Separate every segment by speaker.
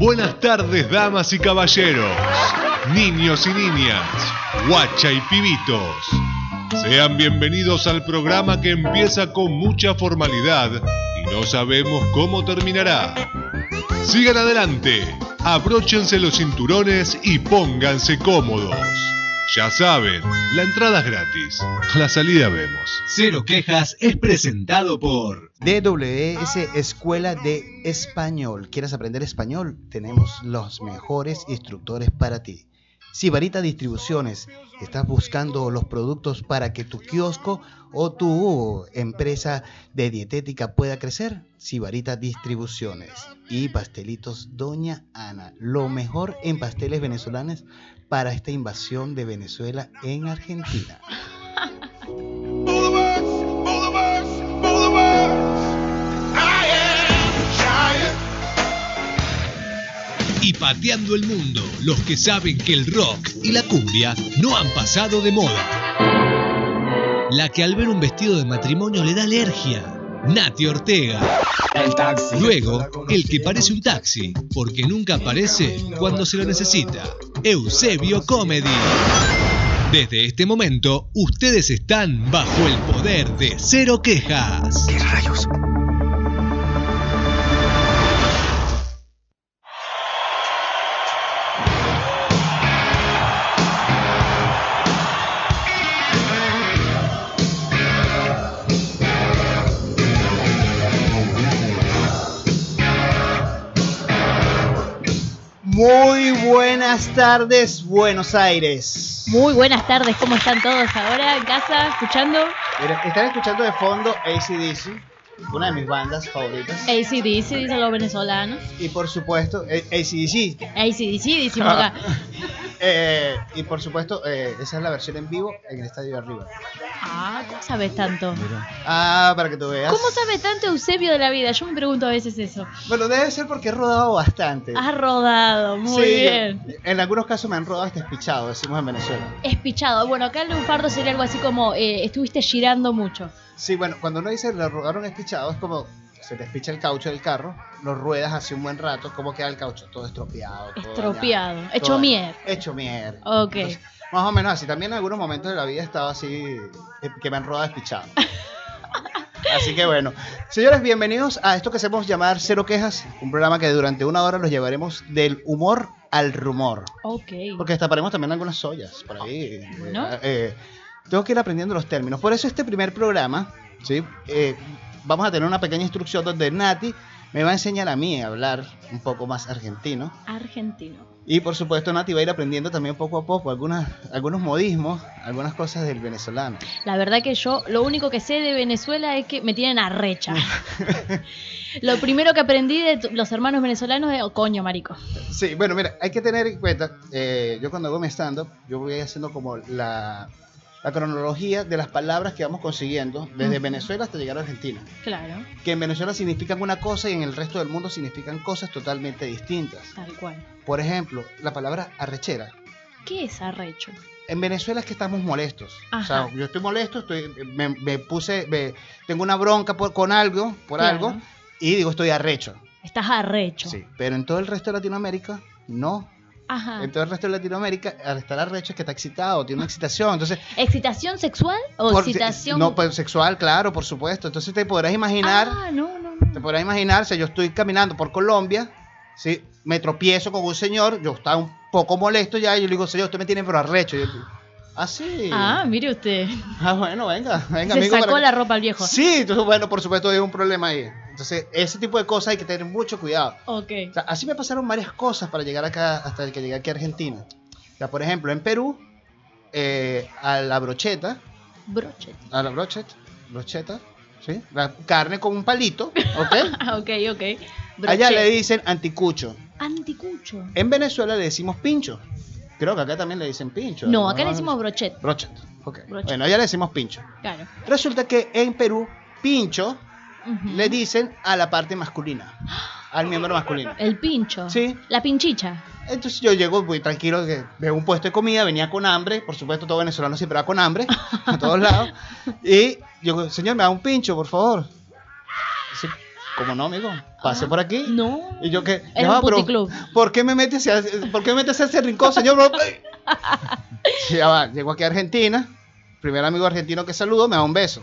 Speaker 1: Buenas tardes, damas y caballeros, niños y niñas, guacha y pibitos. Sean bienvenidos al programa que empieza con mucha formalidad y no sabemos cómo terminará. Sigan adelante, abróchense los cinturones y pónganse cómodos. Ya saben, la entrada es gratis, la salida vemos.
Speaker 2: Cero Quejas es presentado por
Speaker 3: DWS E Escuela de Español. ¿Quieres aprender español? Tenemos los mejores instructores para ti. Sibarita Distribuciones, estás buscando los productos para que tu kiosco o tu empresa de dietética pueda crecer. Sibarita Distribuciones y Pastelitos Doña Ana, lo mejor en pasteles venezolanos para esta invasión de Venezuela en Argentina.
Speaker 2: Y Pateando el Mundo, los que saben que el rock y la cumbia no han pasado de moda. La que al ver un vestido de matrimonio le da alergia. Nati Ortega.
Speaker 4: El taxi.
Speaker 2: Luego, el que parece un taxi, porque nunca aparece cuando se lo necesita. Eusebio Comedy. Desde este momento, ustedes están bajo el poder de Cero Quejas.
Speaker 3: Muy buenas tardes, Buenos Aires.
Speaker 5: Muy buenas tardes, ¿cómo están todos ahora en casa? ¿Escuchando?
Speaker 3: Mira, Están escuchando de fondo ACDC, una de mis bandas favoritas.
Speaker 5: ACDC, dicen los venezolanos.
Speaker 3: Y por supuesto, eh, ACDC.
Speaker 5: ACDC, decimos acá.
Speaker 3: eh, y por supuesto, eh, esa es la versión en vivo en el estadio de arriba.
Speaker 5: Ah, ¿cómo sabes tanto?
Speaker 3: Ah, para que tú veas.
Speaker 5: ¿Cómo sabe tanto Eusebio de la vida? Yo me pregunto a veces eso.
Speaker 3: Bueno, debe ser porque he rodado bastante.
Speaker 5: Has rodado, Ah, muy
Speaker 3: Sí,
Speaker 5: bien.
Speaker 3: En algunos casos me han rodado hasta espichado, decimos en Venezuela.
Speaker 5: Espichado. Bueno, acá el lunfardo sería algo así como eh, estuviste girando mucho.
Speaker 3: Sí, bueno, cuando uno dice lo rodaron espichado, es como se te espicha el caucho del carro, lo ruedas hace un buen rato, ¿cómo queda el caucho? Todo estropeado. todo dañado,
Speaker 5: Estropeado. Hecho
Speaker 3: todo-
Speaker 5: mier.
Speaker 3: Hecho mier.
Speaker 5: Ok.
Speaker 3: Entonces, más o menos así. También en algunos momentos de la vida he estado así, eh, que me han rodado despichado. Así que bueno, señores, bienvenidos a esto que hacemos llamar Cero Quejas, un programa que durante una hora los llevaremos del humor al rumor,
Speaker 5: Ok.
Speaker 3: porque destaparemos también algunas ollas por ahí. eh,
Speaker 5: Bueno.
Speaker 3: eh, tengo que ir aprendiendo los términos. Por eso este primer programa, ¿sí? Eh, vamos a tener una pequeña instrucción donde Nati me va a enseñar a mí a hablar un poco más argentino.
Speaker 5: Argentino.
Speaker 3: Y por supuesto, Nati va a ir aprendiendo también poco a poco algunas, algunos modismos, algunas cosas del venezolano.
Speaker 5: La verdad que yo lo único que sé de Venezuela es que me tienen arrecha. lo primero que aprendí de tu- los hermanos venezolanos es, oh, coño, marico.
Speaker 3: Sí, bueno, mira, hay que tener en cuenta, eh, yo cuando hago mi stand-up, yo voy haciendo como la, la cronología de las palabras que vamos consiguiendo desde
Speaker 5: Ujú.
Speaker 3: Venezuela hasta llegar a Argentina.
Speaker 5: Claro,
Speaker 3: Que en Venezuela significan una cosa y en el resto del mundo significan cosas totalmente distintas.
Speaker 5: tal cual.
Speaker 3: Por ejemplo, la palabra arrechera.
Speaker 5: ¿Qué es arrecho?
Speaker 3: En Venezuela es que estamos molestos. O
Speaker 5: Ajá.
Speaker 3: sea, yo estoy molesto, estoy, me, me puse, me- tengo una bronca por, con algo, por
Speaker 5: Claro.
Speaker 3: algo, y digo estoy arrecho.
Speaker 5: Estás arrecho.
Speaker 3: Sí. Pero en todo el resto de Latinoamérica, no.
Speaker 5: Ajá.
Speaker 3: En todo el resto de Latinoamérica, al estar arrecho es que está excitado, tiene una excitación. Entonces,
Speaker 5: ¿Excitación sexual o
Speaker 3: por-
Speaker 5: excitación?
Speaker 3: No, pues, sexual, claro, por supuesto. Entonces te podrás imaginar,
Speaker 5: Ah, no, no,
Speaker 3: te
Speaker 5: no.
Speaker 3: podrás imaginar, si yo estoy caminando por Colombia, ¿sí? me tropiezo con un señor, yo estaba un poco molesto ya, y yo le digo, señor, usted me tiene pero arrecho. Y yo, ah, sí.
Speaker 5: Ah, mire usted.
Speaker 3: Ah, bueno, venga, venga,
Speaker 5: Se
Speaker 3: amigo.
Speaker 5: sacó
Speaker 3: para
Speaker 5: la
Speaker 3: que-
Speaker 5: ropa al viejo.
Speaker 3: Sí, entonces, bueno, por supuesto, hay un problema ahí. Entonces, ese tipo de cosas hay que tener mucho cuidado.
Speaker 5: Ok.
Speaker 3: O sea, así me pasaron varias cosas para llegar acá, hasta que llegué aquí a Argentina. O sea, por ejemplo, en Perú, eh, a la brocheta,
Speaker 5: Broche.
Speaker 3: a la brocheta, brocheta, ¿sí? La carne con un palito, ¿ok?
Speaker 5: Ah, ok, ok. Broche.
Speaker 3: Allá le dicen anticucho.
Speaker 5: Anticucho.
Speaker 3: En Venezuela le decimos pincho. Creo que acá también le dicen pincho.
Speaker 5: No, acá le decimos brochet.
Speaker 3: brocheta. ok.
Speaker 5: Brocheta.
Speaker 3: Bueno, allá le decimos pincho.
Speaker 5: Claro.
Speaker 3: Resulta que en Perú, pincho
Speaker 5: Ujú.
Speaker 3: le dicen a la parte masculina, al miembro masculino.
Speaker 5: El pincho.
Speaker 3: Sí.
Speaker 5: La pinchicha.
Speaker 3: Entonces yo llego muy tranquilo, que veo un puesto de comida, venía con hambre, por supuesto todo venezolano siempre va con hambre, a todos lados, y yo, señor, me da un pincho, por favor. Sí. ¿Cómo no, amigo? Pase por aquí.
Speaker 5: Ah. No.
Speaker 3: Y yo que,
Speaker 5: Era
Speaker 3: "No,
Speaker 5: un
Speaker 3: pero,
Speaker 5: puticlub.
Speaker 3: ¿por qué me metes a, por qué me metes a ese rincón, señor? ya va, llego aquí a Argentina, primer amigo argentino que saludo, me da un beso.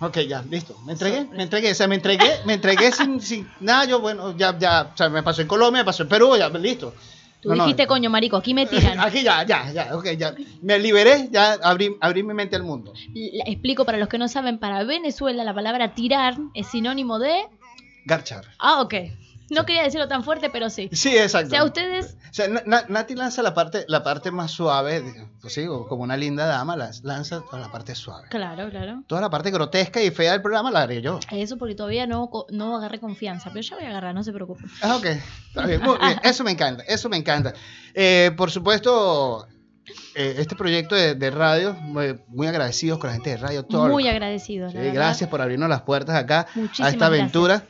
Speaker 3: Ok, ya, listo. Me entregué, me entregué, o sea, me entregué, me entregué sin, sin nada, yo, bueno, ya, ya, o sea, me pasó en Colombia, me pasó en Perú, ya, listo.
Speaker 5: Tú
Speaker 3: No, no.
Speaker 5: dijiste, coño, marico, aquí me tiran.
Speaker 3: Aquí ya, ya, ya, ok, ya. Me liberé, ya abrí, abrí mi mente al mundo.
Speaker 5: La- explico para los que no saben, para Venezuela la palabra tirar es sinónimo de...
Speaker 3: Garchar.
Speaker 5: Ah, ok. No quería decirlo tan fuerte, pero sí.
Speaker 3: Sí,
Speaker 5: O
Speaker 3: exacto.
Speaker 5: sea, ustedes...
Speaker 3: O sea, Na- Na- Nati lanza la parte, la parte más suave, de- pues sí, o como una linda dama, las lanza toda la parte suave.
Speaker 5: Claro, claro.
Speaker 3: Toda la parte grotesca y fea del programa la haré yo.
Speaker 5: Eso porque todavía no, co- no agarré confianza, pero ya voy a agarrar, no se preocupen.
Speaker 3: Ah, ok, está bien, muy bien. Eso me encanta, eso me encanta. Eh, por supuesto, eh, este proyecto de, de radio, muy, muy agradecidos con la gente de Radio Talk.
Speaker 5: Muy agradecidos.
Speaker 3: Sí,
Speaker 5: la verdad.
Speaker 3: gracias por abrirnos las puertas acá a
Speaker 5: Muchísimas
Speaker 3: esta
Speaker 5: gracias.
Speaker 3: aventura.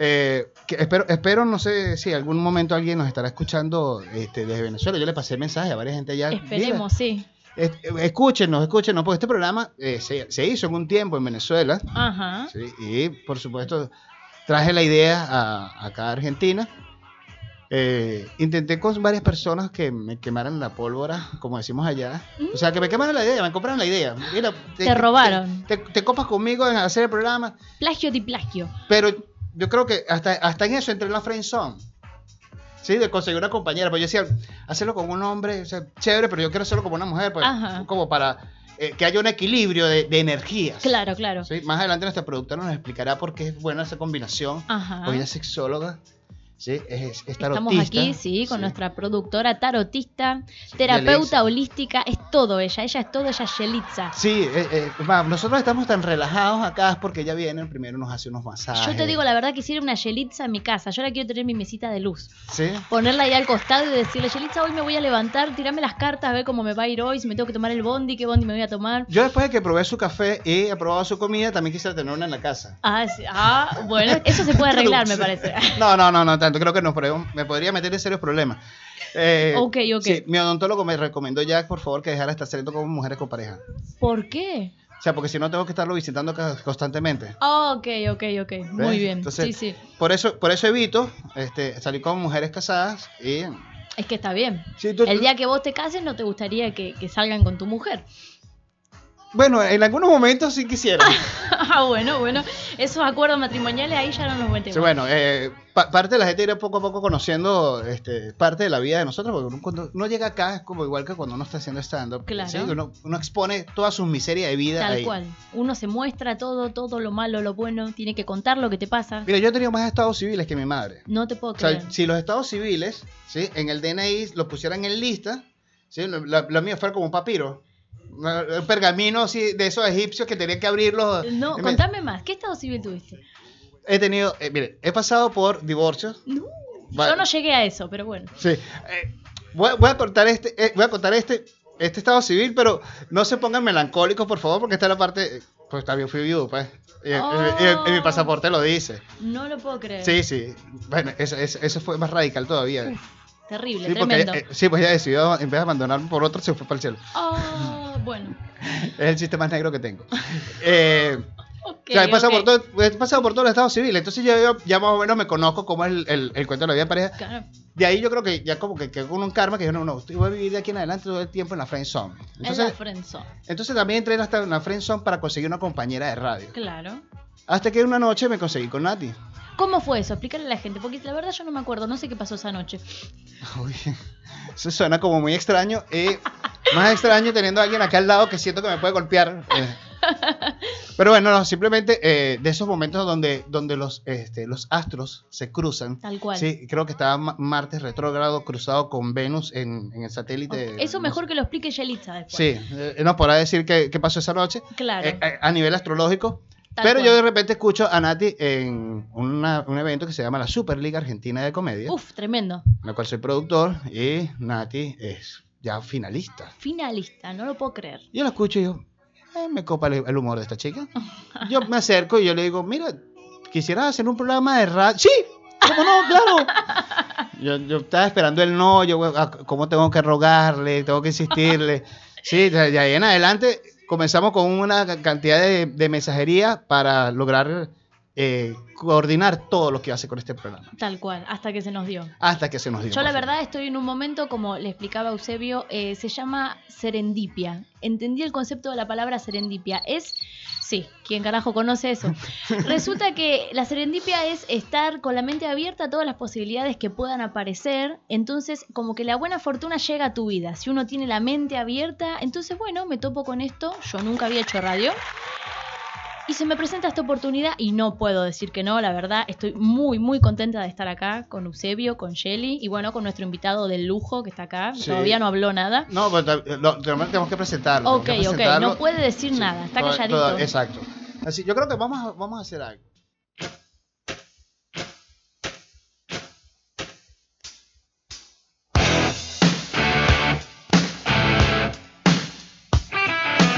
Speaker 3: Eh, que espero, espero, no sé si algún momento alguien nos estará escuchando este, desde Venezuela. Yo le pasé mensaje a varias gente allá. Mira,
Speaker 5: Esperemos, sí.
Speaker 3: Es- Escúchenos, escúchenos, porque este programa eh, se, se hizo en un tiempo en Venezuela
Speaker 5: Ajá.
Speaker 3: ¿sí? y por supuesto traje la idea a, acá a Argentina. Eh, intenté con varias personas que me quemaran la pólvora, como decimos allá. O sea, que me quemaran la idea, me compraron la idea. Mira,
Speaker 5: Te robaron.
Speaker 3: Te, te copas conmigo en hacer el programa,
Speaker 5: Plagio de plagio.
Speaker 3: pero yo creo que hasta, hasta en eso entré en la friendzone. Sí, de conseguir una compañera. Pero yo decía, hacerlo con un hombre, o sea, chévere, pero yo quiero hacerlo como una mujer, pues,
Speaker 5: Ajá.
Speaker 3: como para eh, que haya un equilibrio de, de energías.
Speaker 5: Claro, claro.
Speaker 3: Sí, Más adelante nuestra productora nos explicará por qué es buena esa combinación.
Speaker 5: Ajá.
Speaker 3: Hoy es sexóloga, ¿sí? es, es
Speaker 5: Estamos
Speaker 3: tarotista,
Speaker 5: aquí, sí, con
Speaker 3: sí.
Speaker 5: nuestra productora tarotista,
Speaker 3: Yelitza.
Speaker 5: terapeuta holística, es todo ella, ella es todo, ella es Yelitza.
Speaker 3: Sí, eh, eh, es más, nosotros estamos tan relajados acá es porque ella viene, primero nos hace unos masajes.
Speaker 5: Yo te digo la verdad, quisiera una Yelitza en mi casa, yo la quiero tener en mi mesita de luz.
Speaker 3: ¿Sí?
Speaker 5: Ponerla ahí al costado y decirle, Yelitza, hoy me voy a levantar, tirame las cartas, a ver cómo me va a ir hoy, si me tengo que tomar el bondi, qué bondi me voy a tomar.
Speaker 3: Yo después de que probé su café y he probado su comida, también quisiera tener una en la casa.
Speaker 5: Ah, sí, ah, bueno, eso se puede arreglar, me
Speaker 3: Sí.
Speaker 5: parece.
Speaker 3: No, no, no, no tanto. Creo que nos podemos- me podría meter en serios problemas. Eh,
Speaker 5: Ok, ok.
Speaker 3: sí, mi odontólogo me recomendó ya, por favor, que dejara de estar saliendo con mujeres con pareja.
Speaker 5: ¿Por qué?
Speaker 3: O sea, porque si no tengo que estarlo visitando ca- constantemente.
Speaker 5: Ah, ok, ok, ok, muy
Speaker 3: ¿Ves?
Speaker 5: bien.
Speaker 3: Entonces,
Speaker 5: sí, sí,
Speaker 3: Por eso, por eso evito este, salir con mujeres casadas y...
Speaker 5: es que está bien.
Speaker 3: Sí, tú-
Speaker 5: El día que vos te cases no te gustaría que, que salgan con tu mujer.
Speaker 3: Bueno, en algunos momentos sí quisiera.
Speaker 5: Ah, bueno, bueno. Esos acuerdos matrimoniales ahí ya no nos metemos.
Speaker 3: Sí, bueno, eh, pa- parte de la gente irá poco a poco conociendo este, parte de la vida de nosotros, porque uno, cuando uno llega acá es como igual que cuando uno está haciendo stand-up.
Speaker 5: Claro.
Speaker 3: ¿sí? Uno, uno expone toda su miseria de vida
Speaker 5: Tal
Speaker 3: ahí.
Speaker 5: cual. Uno se muestra todo, todo lo malo, lo bueno. Tiene que contar lo que te pasa.
Speaker 3: Mira, yo he tenido más estados civiles que mi madre.
Speaker 5: No te puedo
Speaker 3: O sea,
Speaker 5: creer.
Speaker 3: si los estados civiles ¿sí? en el DNI los pusieran en lista, ¿sí? la, la mía fue como un papiro. Una- Un pergamino así, de esos egipcios que tenían que abrirlos.
Speaker 5: No,
Speaker 3: Me-
Speaker 5: contame más. ¿Qué estado civil tuviste?
Speaker 3: He tenido, eh, mire, he pasado por divorcios.
Speaker 5: No.
Speaker 3: Va-
Speaker 5: Yo no llegué a eso, pero bueno.
Speaker 3: Sí. eh, voy, a- voy a cortar este, eh, voy a cortar este, este estado civil, pero no se pongan melancólicos, por favor, porque esta es la parte. eh, Pues también fui viudo, pues. Y, y-
Speaker 5: Oh.
Speaker 3: y- y mi pasaporte lo dice.
Speaker 5: No lo puedo creer.
Speaker 3: Sí, sí. Bueno, eso, eso- eso fue más radical todavía.
Speaker 5: Terrible,
Speaker 3: Sí, porque,
Speaker 5: tremendo.
Speaker 3: eh, sí, pues ella decidió, en vez de abandonarme por otro, se fue para el cielo.
Speaker 5: Ah, bueno.
Speaker 3: Es el chiste más negro que tengo. Eh,
Speaker 5: Ok,
Speaker 3: o sea, he, pasado por
Speaker 5: ok.
Speaker 3: todo, he pasado por todos los estados civiles, entonces ya, yo- ya más o menos me conozco cómo es el, el- el cuento de la vida en pareja.
Speaker 5: Claro.
Speaker 3: De ahí yo creo que ya como que quedó con un karma que yo no, no, estoy- voy a vivir de aquí en adelante todo el tiempo en la friend zone.
Speaker 5: es la
Speaker 3: Entonces,
Speaker 5: friendzone.
Speaker 3: entonces también entré hasta en la friend zone para conseguir una compañera de radio.
Speaker 5: Claro.
Speaker 3: Hasta que una noche me conseguí con Nati.
Speaker 5: ¿Cómo fue eso? Explícale a la gente, porque la verdad yo no me acuerdo, no sé qué pasó esa noche.
Speaker 3: Uy, eso suena como muy extraño. eh, más extraño teniendo a alguien acá al lado que siento que me puede golpear. eh. Pero bueno, no, simplemente eh, de esos momentos donde, donde los, este, los astros se cruzan.
Speaker 5: Tal cual.
Speaker 3: Sí, creo que estaba Ma- Marte retrógrado cruzado con Venus en, en el
Speaker 5: Ok,
Speaker 3: satélite.
Speaker 5: Eso
Speaker 3: no
Speaker 5: mejor que lo explique Yelitza después.
Speaker 3: Sí, eh, nos podrá decir qué, qué pasó esa noche
Speaker 5: Claro.
Speaker 3: eh, eh, a nivel astrológico.
Speaker 5: Tal
Speaker 3: pero
Speaker 5: cual.
Speaker 3: yo de repente escucho a Nati en una- un evento que se llama la Superliga Argentina de Comedia,
Speaker 5: Uf, tremendo.
Speaker 3: en la cual soy productor y Nati es ya finalista.
Speaker 5: Finalista, no lo puedo creer.
Speaker 3: Yo la escucho y yo, eh, me copa el, el humor de esta chica. Yo me acerco y yo le digo, mira, quisieras hacer un programa de radio. Sí, cómo no, claro. Yo, yo estaba esperando el no, yo, ah, ¿cómo tengo que rogarle? Tengo que insistirle. Sí, de de ahí en adelante comenzamos con una ca- cantidad de, de mensajería para lograr eh, coordinar todo lo que hace con este programa.
Speaker 5: Tal cual, hasta que se nos dio.
Speaker 3: Hasta que se nos diga.
Speaker 5: Yo la
Speaker 3: por favor.
Speaker 5: verdad estoy en un momento, como le explicaba Eusebio, eh, se llama serendipia. Entendí el concepto de la palabra serendipia. Es, sí, quien carajo conoce eso. Resulta que la serendipia es estar con la mente abierta a todas las posibilidades que puedan aparecer. Entonces, como que la buena fortuna llega a tu vida. Si uno tiene la mente abierta, entonces, bueno, me topo con esto. Yo nunca había hecho radio. Y se me presenta esta oportunidad y no puedo decir que no, la verdad, estoy muy, muy contenta de estar acá con Eusebio, con Shelly y bueno, con nuestro invitado del lujo que está acá.
Speaker 3: Sí.
Speaker 5: Todavía no habló nada.
Speaker 3: No, pero ta- lo- realmente tenemos que presentarlo.
Speaker 5: ok,
Speaker 3: tenemos que
Speaker 5: ok,
Speaker 3: presentarlo.
Speaker 5: no puede decir
Speaker 3: Sí,
Speaker 5: nada, está
Speaker 3: toda-
Speaker 5: calladito.
Speaker 3: toda- exacto. Así, yo creo que vamos a, vamos a hacer algo.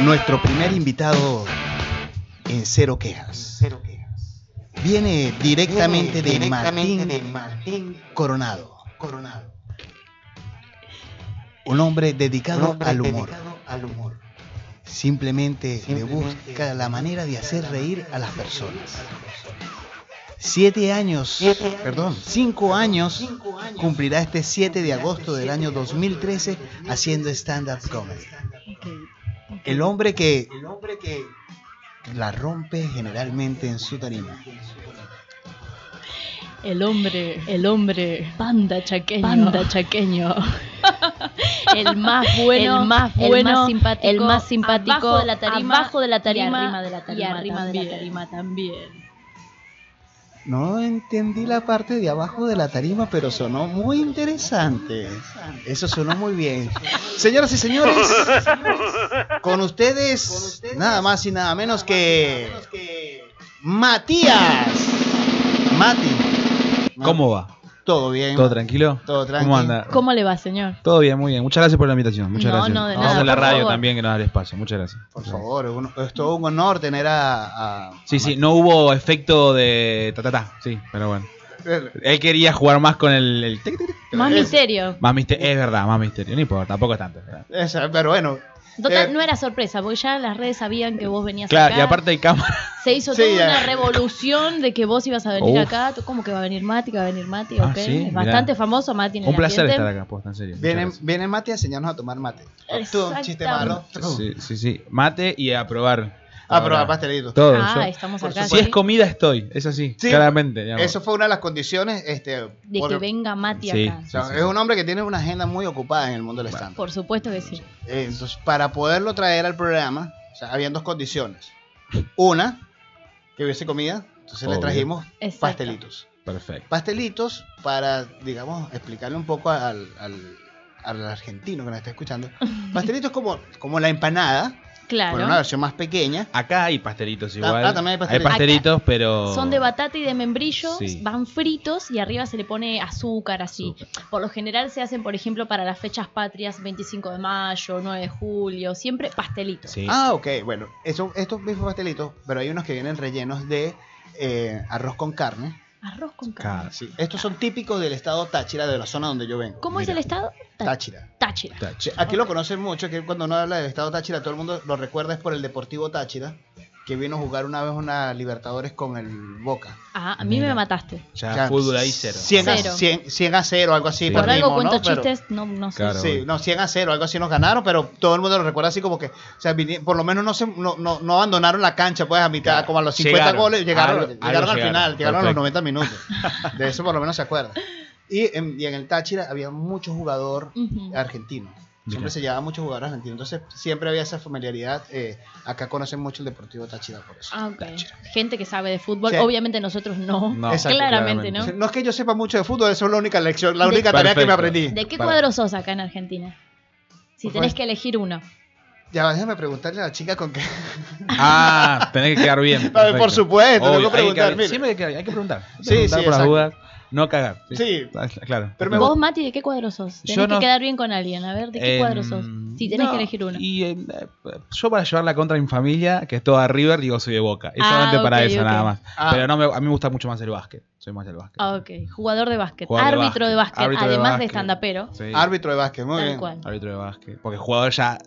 Speaker 3: Nuestro primer invitado en Cero Quejas.
Speaker 4: Cero quejas.
Speaker 3: Viene directamente, de,
Speaker 4: Directamente
Speaker 3: Martín
Speaker 4: de Martín
Speaker 3: Coronado.
Speaker 4: Coronado.
Speaker 3: Un hombre dedicado
Speaker 4: Un hombre
Speaker 3: al humor.
Speaker 4: dedicado al humor.
Speaker 3: Simplemente, le
Speaker 4: Simplemente
Speaker 3: busca la manera de hacer reír a las
Speaker 4: hacer reír
Speaker 3: personas.
Speaker 4: a las personas.
Speaker 3: Siete años,
Speaker 4: Siete años,
Speaker 3: perdón, cinco años
Speaker 4: Cinco años
Speaker 3: cumplirá este 7 de
Speaker 4: cumplirá
Speaker 3: agosto
Speaker 4: este
Speaker 3: del año
Speaker 4: 7 de agosto
Speaker 3: 2013
Speaker 4: del año 2013
Speaker 3: haciendo stand-up comedy.
Speaker 5: Ok.
Speaker 3: El hombre que
Speaker 4: El hombre que
Speaker 3: la rompe generalmente en su tarima.
Speaker 5: El hombre, el hombre, panda chaqueño, panda chaqueño. El más bueno,
Speaker 6: El más
Speaker 5: el
Speaker 6: bueno,
Speaker 5: más simpático,
Speaker 6: el más simpático,
Speaker 5: abajo de la tarima,
Speaker 6: abajo de la tarima
Speaker 5: y arriba de la tarima,
Speaker 6: y arriba de la
Speaker 5: también.
Speaker 6: tarima
Speaker 3: No entendí la parte de abajo de la tarima, pero sonó muy interesante. Eso sonó muy bien. Señoras y señores, con ustedes nada más y nada menos que Matías. Mati.
Speaker 7: ¿Cómo va?
Speaker 3: Todo bien.
Speaker 7: ¿Todo tranquilo?
Speaker 3: Todo tranqui.
Speaker 7: ¿Cómo anda?
Speaker 5: ¿Cómo le va, señor?
Speaker 7: Todo bien, muy bien. Muchas gracias por la invitación. Muchas
Speaker 5: No,
Speaker 7: gracias.
Speaker 5: no, de
Speaker 7: Vamos
Speaker 5: nada,
Speaker 7: a la
Speaker 5: por
Speaker 7: radio
Speaker 5: favor.
Speaker 7: también que nos da el espacio. Muchas gracias.
Speaker 3: Por favor, un- es todo un honor tener a... a-
Speaker 7: Sí, sí, no hubo efecto de ta ta ta. Sí, pero bueno.
Speaker 3: Ah,
Speaker 7: Él quería jugar más con el, el tic, tic, tic.
Speaker 5: Más
Speaker 3: es-
Speaker 5: misterio.
Speaker 7: más misterio. Es verdad, más misterio. No importa, tampoco es tanto.
Speaker 3: Esa, Pero bueno,
Speaker 5: Total,
Speaker 3: Eh,
Speaker 5: no era sorpresa, porque ya las redes sabían que vos venías
Speaker 7: Claro,
Speaker 5: acá.
Speaker 7: y aparte hay cámara.
Speaker 5: Se hizo
Speaker 3: Sí,
Speaker 5: toda
Speaker 3: ya.
Speaker 5: una revolución de que vos ibas a venir
Speaker 7: Uf.
Speaker 5: acá. Tú, ¿Cómo que va a venir Mati? que va a venir Mati?
Speaker 7: Ah,
Speaker 5: ok.
Speaker 7: sí,
Speaker 5: es
Speaker 7: mirá.
Speaker 5: bastante famoso Mati en el
Speaker 7: Un placer
Speaker 5: ambiente.
Speaker 7: estar acá, posta, en serio. Muchas
Speaker 3: viene,
Speaker 7: gracias.
Speaker 3: viene Mati a enseñarnos a tomar mate. Tú, un chiste malo.
Speaker 7: Sí, sí, sí. Mate y a probar.
Speaker 3: A probar
Speaker 7: Ahora,
Speaker 3: pastelitos.
Speaker 7: Todo.
Speaker 5: Ah,
Speaker 7: yo-
Speaker 5: estamos
Speaker 3: por
Speaker 5: acá.
Speaker 7: si es
Speaker 5: ¿sí?
Speaker 7: comida, estoy. Es así,
Speaker 3: Sí,
Speaker 7: claramente. digamos.
Speaker 3: Eso fue una de las condiciones. Este,
Speaker 5: De
Speaker 3: por-
Speaker 5: que venga Mati
Speaker 7: Sí.
Speaker 5: acá.
Speaker 3: o sea,
Speaker 7: sí,
Speaker 3: es
Speaker 7: sí.
Speaker 3: un hombre que tiene una agenda muy ocupada en el mundo del stand
Speaker 5: Por supuesto que sí.
Speaker 3: Entonces, para poderlo traer al programa, o sea, habían dos condiciones. Una, que hubiese comida. Entonces le
Speaker 7: Obvio.
Speaker 3: trajimos
Speaker 5: Exacto.
Speaker 3: pastelitos.
Speaker 7: Perfecto.
Speaker 3: Pastelitos para, digamos, explicarle un poco al, al- al argentino que nos está escuchando. Pastelitos como, como la empanada, pero una
Speaker 5: Claro.
Speaker 3: versión más pequeña.
Speaker 7: Acá hay pastelitos
Speaker 3: Ah,
Speaker 7: igual.
Speaker 3: ah, también hay pastelitos.
Speaker 7: pastelitos, pero.
Speaker 5: Son de batata y de membrillo,
Speaker 7: Sí.
Speaker 5: van fritos y arriba se le pone azúcar así. Por lo general se hacen, por ejemplo, para las fechas patrias, 25 de mayo, 9 de julio, siempre pastelitos.
Speaker 7: Sí.
Speaker 3: Ah, ok, bueno, eso- estos mismos pastelitos, pero hay unos que vienen rellenos de eh, arroz con carne.
Speaker 5: Arroz con carne.
Speaker 7: Ca-
Speaker 3: Sí, Estos son típicos del estado Táchira, de la zona donde yo vengo.
Speaker 5: ¿Cómo es
Speaker 7: Mira.
Speaker 5: el estado? Ta-
Speaker 3: Táchira.
Speaker 5: Táchira.
Speaker 3: Sí,
Speaker 7: Tacho.
Speaker 3: Aquí lo conocen mucho, que cuando uno habla del estado Táchira, todo el mundo lo recuerda es por el Deportivo Táchira, que vino a jugar una vez una Libertadores con el Boca.
Speaker 5: Ah, a mí
Speaker 7: Mira.
Speaker 5: me mataste.
Speaker 7: Ya,
Speaker 3: O sea,
Speaker 7: fútbol ahí cero.
Speaker 3: 100 a,
Speaker 5: Cero.
Speaker 3: 100 100 a 0, algo así.
Speaker 7: Sí.
Speaker 5: Por algo
Speaker 3: perdimos,
Speaker 5: cuento
Speaker 3: ¿no? Pero-
Speaker 5: chistes, no, no sé.
Speaker 7: Claro.
Speaker 3: Sí, no, 100 a 0, algo así nos ganaron, pero todo el mundo lo recuerda así como que, o sea, vini- por lo menos no, se, no, no, no abandonaron la cancha, pues a mitad,
Speaker 7: Claro.
Speaker 3: como a los 50
Speaker 7: Llegaron.
Speaker 3: goles, llegaron,
Speaker 7: Algo-
Speaker 3: llegaron
Speaker 7: algo
Speaker 3: al
Speaker 7: llegaron.
Speaker 3: final, llegaron a los
Speaker 7: Perfecto.
Speaker 3: 90 minutos. De eso por lo menos se acuerda. Y en, y en el Táchira había mucho jugador
Speaker 5: Ujú.
Speaker 3: argentino. Siempre
Speaker 7: Mira.
Speaker 3: se llevaba muchos jugadores argentinos, entonces siempre había esa familiaridad. eh, acá conocen mucho el Deportivo Táchira por eso.
Speaker 5: Ah, ok. Gente que sabe de fútbol,
Speaker 3: Sí.
Speaker 5: obviamente nosotros no.
Speaker 7: No,
Speaker 3: Exacto,
Speaker 5: claramente,
Speaker 3: Entonces,
Speaker 5: ¿no?
Speaker 3: No es que yo sepa mucho de fútbol, eso es la única lección, la
Speaker 5: De-
Speaker 3: única tarea que me
Speaker 7: Perfecto.
Speaker 3: aprendí.
Speaker 5: ¿De qué
Speaker 7: Para.
Speaker 5: cuadro sos acá en Argentina? Si
Speaker 3: Por
Speaker 5: tenés
Speaker 3: favor.
Speaker 5: que elegir uno.
Speaker 3: Ya, va, déjame preguntarle a la chica con qué.
Speaker 7: Ah, tenés que quedar bien.
Speaker 3: A ver, por
Speaker 7: perfecto.
Speaker 3: supuesto, tengo
Speaker 7: Obvio,
Speaker 3: que preguntar,
Speaker 7: abrir-
Speaker 3: mire.
Speaker 7: Siempre hay que, hay que preguntar. Hay
Speaker 3: Sí,
Speaker 7: que preguntar
Speaker 3: sí,
Speaker 7: por las
Speaker 3: exacto.
Speaker 7: dudas, no cagar.
Speaker 3: Sí.
Speaker 7: Ah, Claro.
Speaker 3: Pero me
Speaker 5: Vos,
Speaker 3: gusta-
Speaker 5: Mati, ¿de qué cuadro sos? Tenés
Speaker 7: Yo
Speaker 5: que
Speaker 7: no-
Speaker 5: quedar bien con alguien. A ver, ¿de qué
Speaker 7: Em,
Speaker 5: cuadro sos? Si tenés
Speaker 7: no,
Speaker 5: que elegir uno.
Speaker 7: Y em, eh, yo para llevar la contra a mi familia, que es toda River, digo soy de Boca. Es
Speaker 5: Ah,
Speaker 7: solamente para
Speaker 5: ok,
Speaker 7: eso
Speaker 5: ok.
Speaker 7: nada más.
Speaker 3: Ah.
Speaker 7: Pero no me- a mí me gusta mucho más el básquet. Soy más del básquet.
Speaker 5: Ah, ok. Jugador de básquet.
Speaker 7: Jugador de
Speaker 5: árbitro de básquet.
Speaker 7: árbitro
Speaker 5: además de
Speaker 7: básquet.
Speaker 5: estandapero.
Speaker 7: Sí,
Speaker 3: Árbitro de básquet, muy
Speaker 5: Tal
Speaker 3: bien.
Speaker 5: cual.
Speaker 7: árbitro de básquet. Porque jugador ya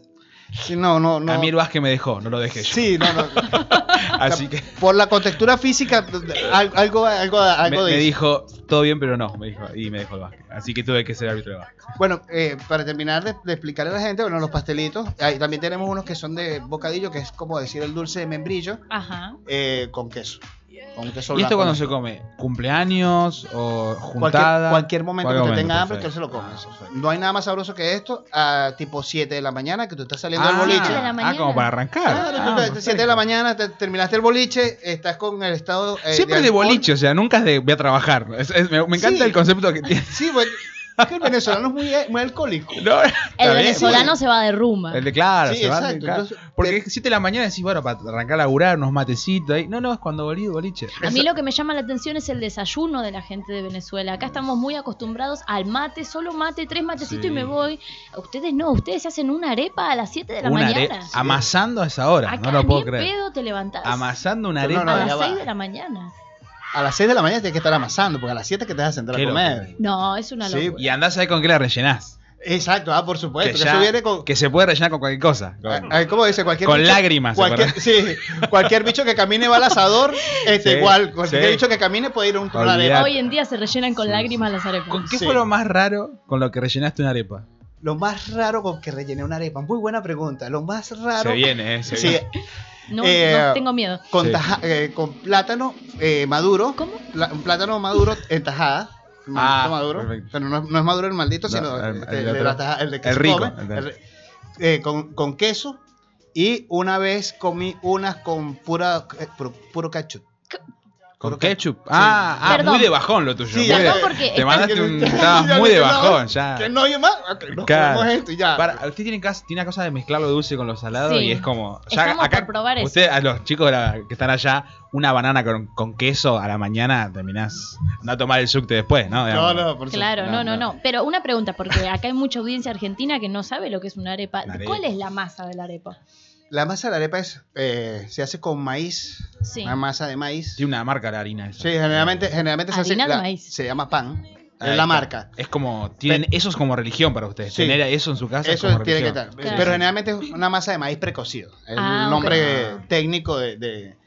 Speaker 3: Sí, no, no, no.
Speaker 7: A mí el Vázquez me dejó, no lo dejé yo.
Speaker 3: Sí, no, no.
Speaker 7: Así que
Speaker 3: Por la contextura física, al- algo, algo,
Speaker 7: me,
Speaker 3: algo de
Speaker 7: me dijo, todo bien, pero no, me dijo, y me dejó el Vázquez. Así que tuve que ser árbitro de Vázquez.
Speaker 3: Bueno, eh, para terminar de, de explicarle a la gente, bueno, los pastelitos. ahí también tenemos unos que son de bocadillo, que es como decir el dulce de membrillo
Speaker 5: Ajá.
Speaker 3: eh, con queso. Con queso
Speaker 7: ¿Y
Speaker 3: blanco.
Speaker 7: esto cuando se come? ¿Cumpleaños o
Speaker 3: Cualquier,
Speaker 7: juntada?
Speaker 3: cualquier momento que usted
Speaker 7: momento, Ah,
Speaker 3: tenga hambre, usted se
Speaker 7: perfecto.
Speaker 3: lo come. No hay nada más sabroso que esto a tipo 7 de la mañana, que tú estás saliendo del
Speaker 7: Ah,
Speaker 3: boliche.
Speaker 5: Siete de la
Speaker 7: Ah, como
Speaker 5: mañana.
Speaker 7: para arrancar.
Speaker 3: Claro,
Speaker 7: Ah,
Speaker 3: tú te- 7 de la
Speaker 7: perfecto.
Speaker 3: mañana, te- terminaste el boliche, estás con el estado. eh,
Speaker 7: Siempre es de
Speaker 3: alcohol.
Speaker 7: boliche, o sea, nunca es de voy a trabajar. Es- es- me, me encanta
Speaker 3: Sí.
Speaker 7: el concepto que tiene.
Speaker 3: Sí, bueno, es que el venezolano es muy, eh, muy alcohólico.
Speaker 7: No,
Speaker 5: El
Speaker 7: está bien.
Speaker 5: venezolano se va de rumba.
Speaker 7: El de claro,
Speaker 3: Sí,
Speaker 7: se va,
Speaker 3: exacto,
Speaker 7: claro.
Speaker 3: entonces,
Speaker 7: Porque
Speaker 3: te-
Speaker 7: 7 de la mañana decís, bueno, para arrancar a laburar, unos matecitos ahí. No, no, es cuando boliche, boliche.
Speaker 5: A mí lo que me llama la atención es el desayuno de la gente de Venezuela. Acá estamos muy acostumbrados al mate, solo mate, tres matecitos
Speaker 7: Sí.
Speaker 5: y me voy. Ustedes no, ustedes se hacen una arepa a las 7 de la
Speaker 7: Una are-
Speaker 5: mañana.
Speaker 7: Amasando a esa hora,
Speaker 5: Acá
Speaker 7: no lo puedo
Speaker 5: ni en
Speaker 7: creer.
Speaker 5: pedo te levantás
Speaker 7: Amasando una
Speaker 3: Pero
Speaker 7: arepa.
Speaker 3: no, no,
Speaker 5: a
Speaker 3: ya
Speaker 5: las
Speaker 3: va.
Speaker 5: 6 de la mañana.
Speaker 3: A las 6 de la mañana tienes que estar amasando, porque a las 7 que te vas a sentar
Speaker 7: Qué
Speaker 3: a comer.
Speaker 5: No, es una
Speaker 3: Sí,
Speaker 5: locura.
Speaker 7: y andás a ver con qué la rellenás.
Speaker 3: Exacto, ah, por supuesto.
Speaker 7: que,
Speaker 3: que
Speaker 7: ya-
Speaker 3: eso viene con.
Speaker 7: que se puede rellenar con cualquier cosa. Con-
Speaker 3: a- a- ¿Cómo dice? Cualquier
Speaker 7: Con
Speaker 3: bicho-
Speaker 7: lágrimas,
Speaker 3: Cualquier,
Speaker 7: ¿se
Speaker 3: sí, cualquier bicho que camine va al asador, este,
Speaker 7: Sí,
Speaker 3: igual. Cualquier
Speaker 7: sí.
Speaker 3: bicho que camine puede ir a un a una
Speaker 7: Olvidate.
Speaker 3: arepa.
Speaker 5: Hoy en día se rellenan con
Speaker 7: Sí,
Speaker 5: lágrimas las arepas.
Speaker 7: ¿Con qué
Speaker 3: Sí.
Speaker 7: fue lo más raro con lo que rellenaste una arepa?
Speaker 3: Lo más raro con que rellené una arepa. Muy buena pregunta. Lo más raro.
Speaker 7: Se viene, eh, se
Speaker 3: Sí,
Speaker 7: viene.
Speaker 5: No,
Speaker 3: Eh,
Speaker 5: no, tengo miedo.
Speaker 3: con,
Speaker 7: Sí.
Speaker 3: taja- eh, con plátano eh, maduro.
Speaker 5: ¿Cómo?
Speaker 3: la- un plátano maduro en tajada. un
Speaker 7: Ah,
Speaker 3: maldito maduro.
Speaker 7: perfecto.
Speaker 3: Pero no, no es maduro el maldito,
Speaker 7: No,
Speaker 3: sino
Speaker 7: el-
Speaker 3: el,
Speaker 7: el
Speaker 3: de
Speaker 7: otro.
Speaker 3: la tajada, el de que
Speaker 7: El
Speaker 3: se
Speaker 7: rico,
Speaker 3: come,
Speaker 7: el de-
Speaker 3: el- eh, con, con queso. Y una vez comí unas con pura, eh, puro, puro ketchup.
Speaker 7: Con
Speaker 3: Con
Speaker 7: ketchup. Ah, ah,
Speaker 5: Perdón.
Speaker 7: muy de bajón lo tuyo.
Speaker 3: Sí,
Speaker 7: muy
Speaker 3: ya-
Speaker 7: de-
Speaker 5: Perdón, porque
Speaker 7: Te
Speaker 5: están-
Speaker 7: mandaste un.
Speaker 3: Ya
Speaker 7: Ah, Estabas muy de
Speaker 3: dije, no,
Speaker 7: bajón, ya.
Speaker 3: Que no hay más. ok, nos
Speaker 7: Claro.
Speaker 3: comemos esto y ya.
Speaker 7: Para, usted tiene, cas- tiene una cosa de mezclar lo dulce con lo salado
Speaker 5: Sí.
Speaker 7: y es como.
Speaker 5: Estamos por probar eso.
Speaker 7: usted, a los chicos de la- que están allá, una banana con, con queso a la mañana terminás. No a tomar el subte después, ¿no?
Speaker 3: no,
Speaker 7: Digamos.
Speaker 3: no, por
Speaker 5: Claro,
Speaker 7: No,
Speaker 5: no, no,
Speaker 7: no.
Speaker 5: no. Pero una pregunta, porque acá hay mucha audiencia argentina que no sabe lo que es una arepa.
Speaker 7: Una arepa.
Speaker 5: ¿Cuál es la masa de la arepa?
Speaker 3: supuesto. La masa de la arepa es, eh, se hace con maíz.
Speaker 5: Sí.
Speaker 3: Una masa de maíz. Sí,
Speaker 7: Tiene una marca la harina. esa.
Speaker 3: generalmente, generalmente se hace.
Speaker 5: Harina de
Speaker 3: la-
Speaker 5: maíz.
Speaker 3: Se llama pan.
Speaker 7: Ahí
Speaker 3: es la
Speaker 7: está.
Speaker 3: marca.
Speaker 7: Es como. Tienen, eso es como religión para ustedes.
Speaker 3: Sí.
Speaker 7: Tener eso en su casa es
Speaker 3: Eso
Speaker 7: como
Speaker 3: tiene que
Speaker 7: religión.
Speaker 3: estar.
Speaker 5: Claro.
Speaker 3: Pero generalmente es una masa de maíz precocido. El
Speaker 5: Ah, ok.
Speaker 3: nombre técnico de, de-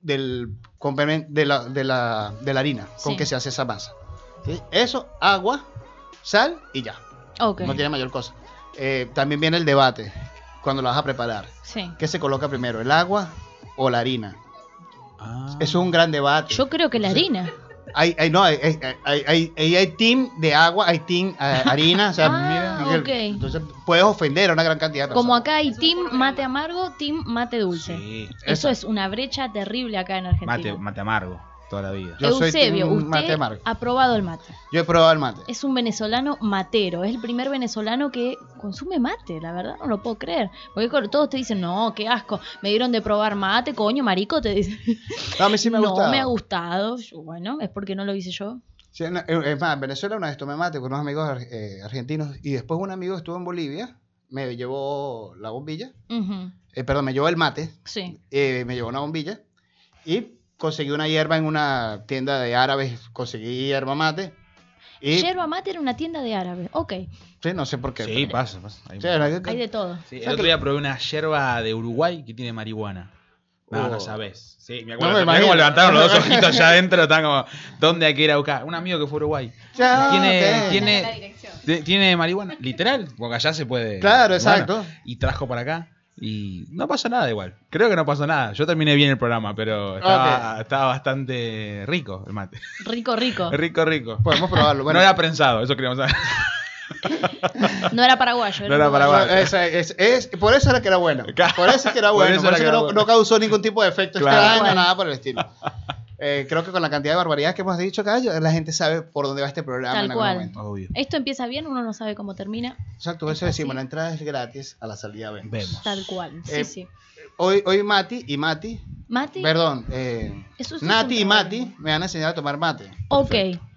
Speaker 3: del componen- de la, de la- de la harina con
Speaker 5: Sí.
Speaker 3: que se hace esa masa. ¿Sí? Eso, agua, sal y ya.
Speaker 5: Ok.
Speaker 3: No tiene mayor cosa. Eh, también viene el debate cuando la vas a preparar.
Speaker 5: Sí.
Speaker 3: ¿Qué se coloca primero, el agua o la harina?
Speaker 7: Ah.
Speaker 3: Eso es un gran debate.
Speaker 5: Yo creo que la harina.
Speaker 3: Hay, hay, no, hay, hay, hay- hay- hay- hay team de agua, hay team eh, harina. O sea,
Speaker 5: Ah,
Speaker 3: mira,
Speaker 5: ok.
Speaker 3: Entonces puedes ofender a una gran cantidad de personas.
Speaker 5: Como acá hay team mate amargo, team mate dulce.
Speaker 7: Sí.
Speaker 5: Eso es una brecha terrible acá en
Speaker 7: Mate,
Speaker 5: Argentina.
Speaker 7: mate amargo toda la vida.
Speaker 3: Yo soy
Speaker 5: Eusebio,
Speaker 3: team
Speaker 5: usted
Speaker 3: mate amargo.
Speaker 5: ha probado el mate.
Speaker 3: Yo he probado el mate.
Speaker 5: Es un venezolano matero. Es el primer venezolano que consume mate, la verdad, no lo puedo creer. Porque con- todos te dicen, no, qué asco. Me dieron de probar mate, coño, marico, te dicen.
Speaker 3: No, a mí sí me ha gustado.
Speaker 5: No me ha gustado. Yo, Bueno, es porque no lo hice yo.
Speaker 3: Sí, no, eh, es más, en Venezuela una vez tomé mate con unos amigos ar- eh, argentinos y después un amigo estuvo en Bolivia, me llevó la bombilla,
Speaker 5: Ujú,
Speaker 3: eh, perdón, me llevó el mate,
Speaker 5: Sí.
Speaker 3: eh, me llevó una bombilla y conseguí una hierba en una tienda de árabes, conseguí hierba mate y
Speaker 5: Yerba mate era una tienda de árabes. Ok,
Speaker 3: sí, no sé por qué.
Speaker 7: Sí, pasa, pasa. Ahí-
Speaker 3: Sí, la-
Speaker 5: hay de todo.
Speaker 7: Sí,
Speaker 3: ¿Sabes
Speaker 7: el otro
Speaker 3: que-
Speaker 7: día probé una yerba de Uruguay que tiene marihuana. No, no
Speaker 3: Oh.
Speaker 7: sabes. Sí, me acuerdo.
Speaker 3: No me
Speaker 7: me acuerdo cómo
Speaker 3: imagino.
Speaker 7: levantaron los dos ojitos allá adentro. Estaban como, ¿dónde hay que ir a buscar? Un amigo que fue a Uruguay.
Speaker 3: Ya,
Speaker 7: tiene,
Speaker 3: ok.
Speaker 7: tiene, ti- tiene marihuana. Literal, porque allá se puede.
Speaker 3: Claro,
Speaker 7: marihuana.
Speaker 3: exacto.
Speaker 7: Y trajo para acá. Y no pasó nada igual. Creo que no pasó nada. Yo terminé bien el programa, pero estaba, estaba bastante rico el mate.
Speaker 5: Rico, rico.
Speaker 7: Rico, rico.
Speaker 3: Podemos probarlo. Ah. Bueno,
Speaker 7: no era prensado, eso queríamos saber.
Speaker 5: No era paraguayo.
Speaker 7: No era
Speaker 5: uruguayo.
Speaker 7: paraguayo.
Speaker 3: no, esa- es- es- por eso era que era bueno.
Speaker 7: Claro.
Speaker 3: Por eso es que era
Speaker 7: Por
Speaker 3: bueno.
Speaker 7: eso
Speaker 3: por
Speaker 7: era
Speaker 3: eso
Speaker 7: que
Speaker 3: que
Speaker 7: era
Speaker 3: no,
Speaker 7: bueno.
Speaker 3: no causó ningún tipo de efecto
Speaker 7: Claro.
Speaker 3: extraño,
Speaker 5: Bueno.
Speaker 3: nada por el estilo. Eh, creo que con la cantidad de barbaridades que hemos dicho, Cayo, la gente sabe por dónde va este programa
Speaker 5: Tal
Speaker 3: en algún
Speaker 5: cual.
Speaker 3: momento.
Speaker 7: Obvio.
Speaker 5: Esto empieza bien, uno no sabe cómo termina.
Speaker 3: Exacto, por eso
Speaker 5: Es así.
Speaker 3: decimos, la entrada es gratis, a la salida vemos.
Speaker 7: Vemos.
Speaker 5: Tal cual. Sí,
Speaker 3: Eh,
Speaker 5: sí.
Speaker 3: Hoy, hoy Mati y Mati,
Speaker 5: Mati.
Speaker 3: perdón, eh,
Speaker 5: Eso sí es
Speaker 3: Nati
Speaker 5: un
Speaker 3: y
Speaker 5: problema.
Speaker 3: Mati me han enseñado a tomar mate.
Speaker 5: Ok.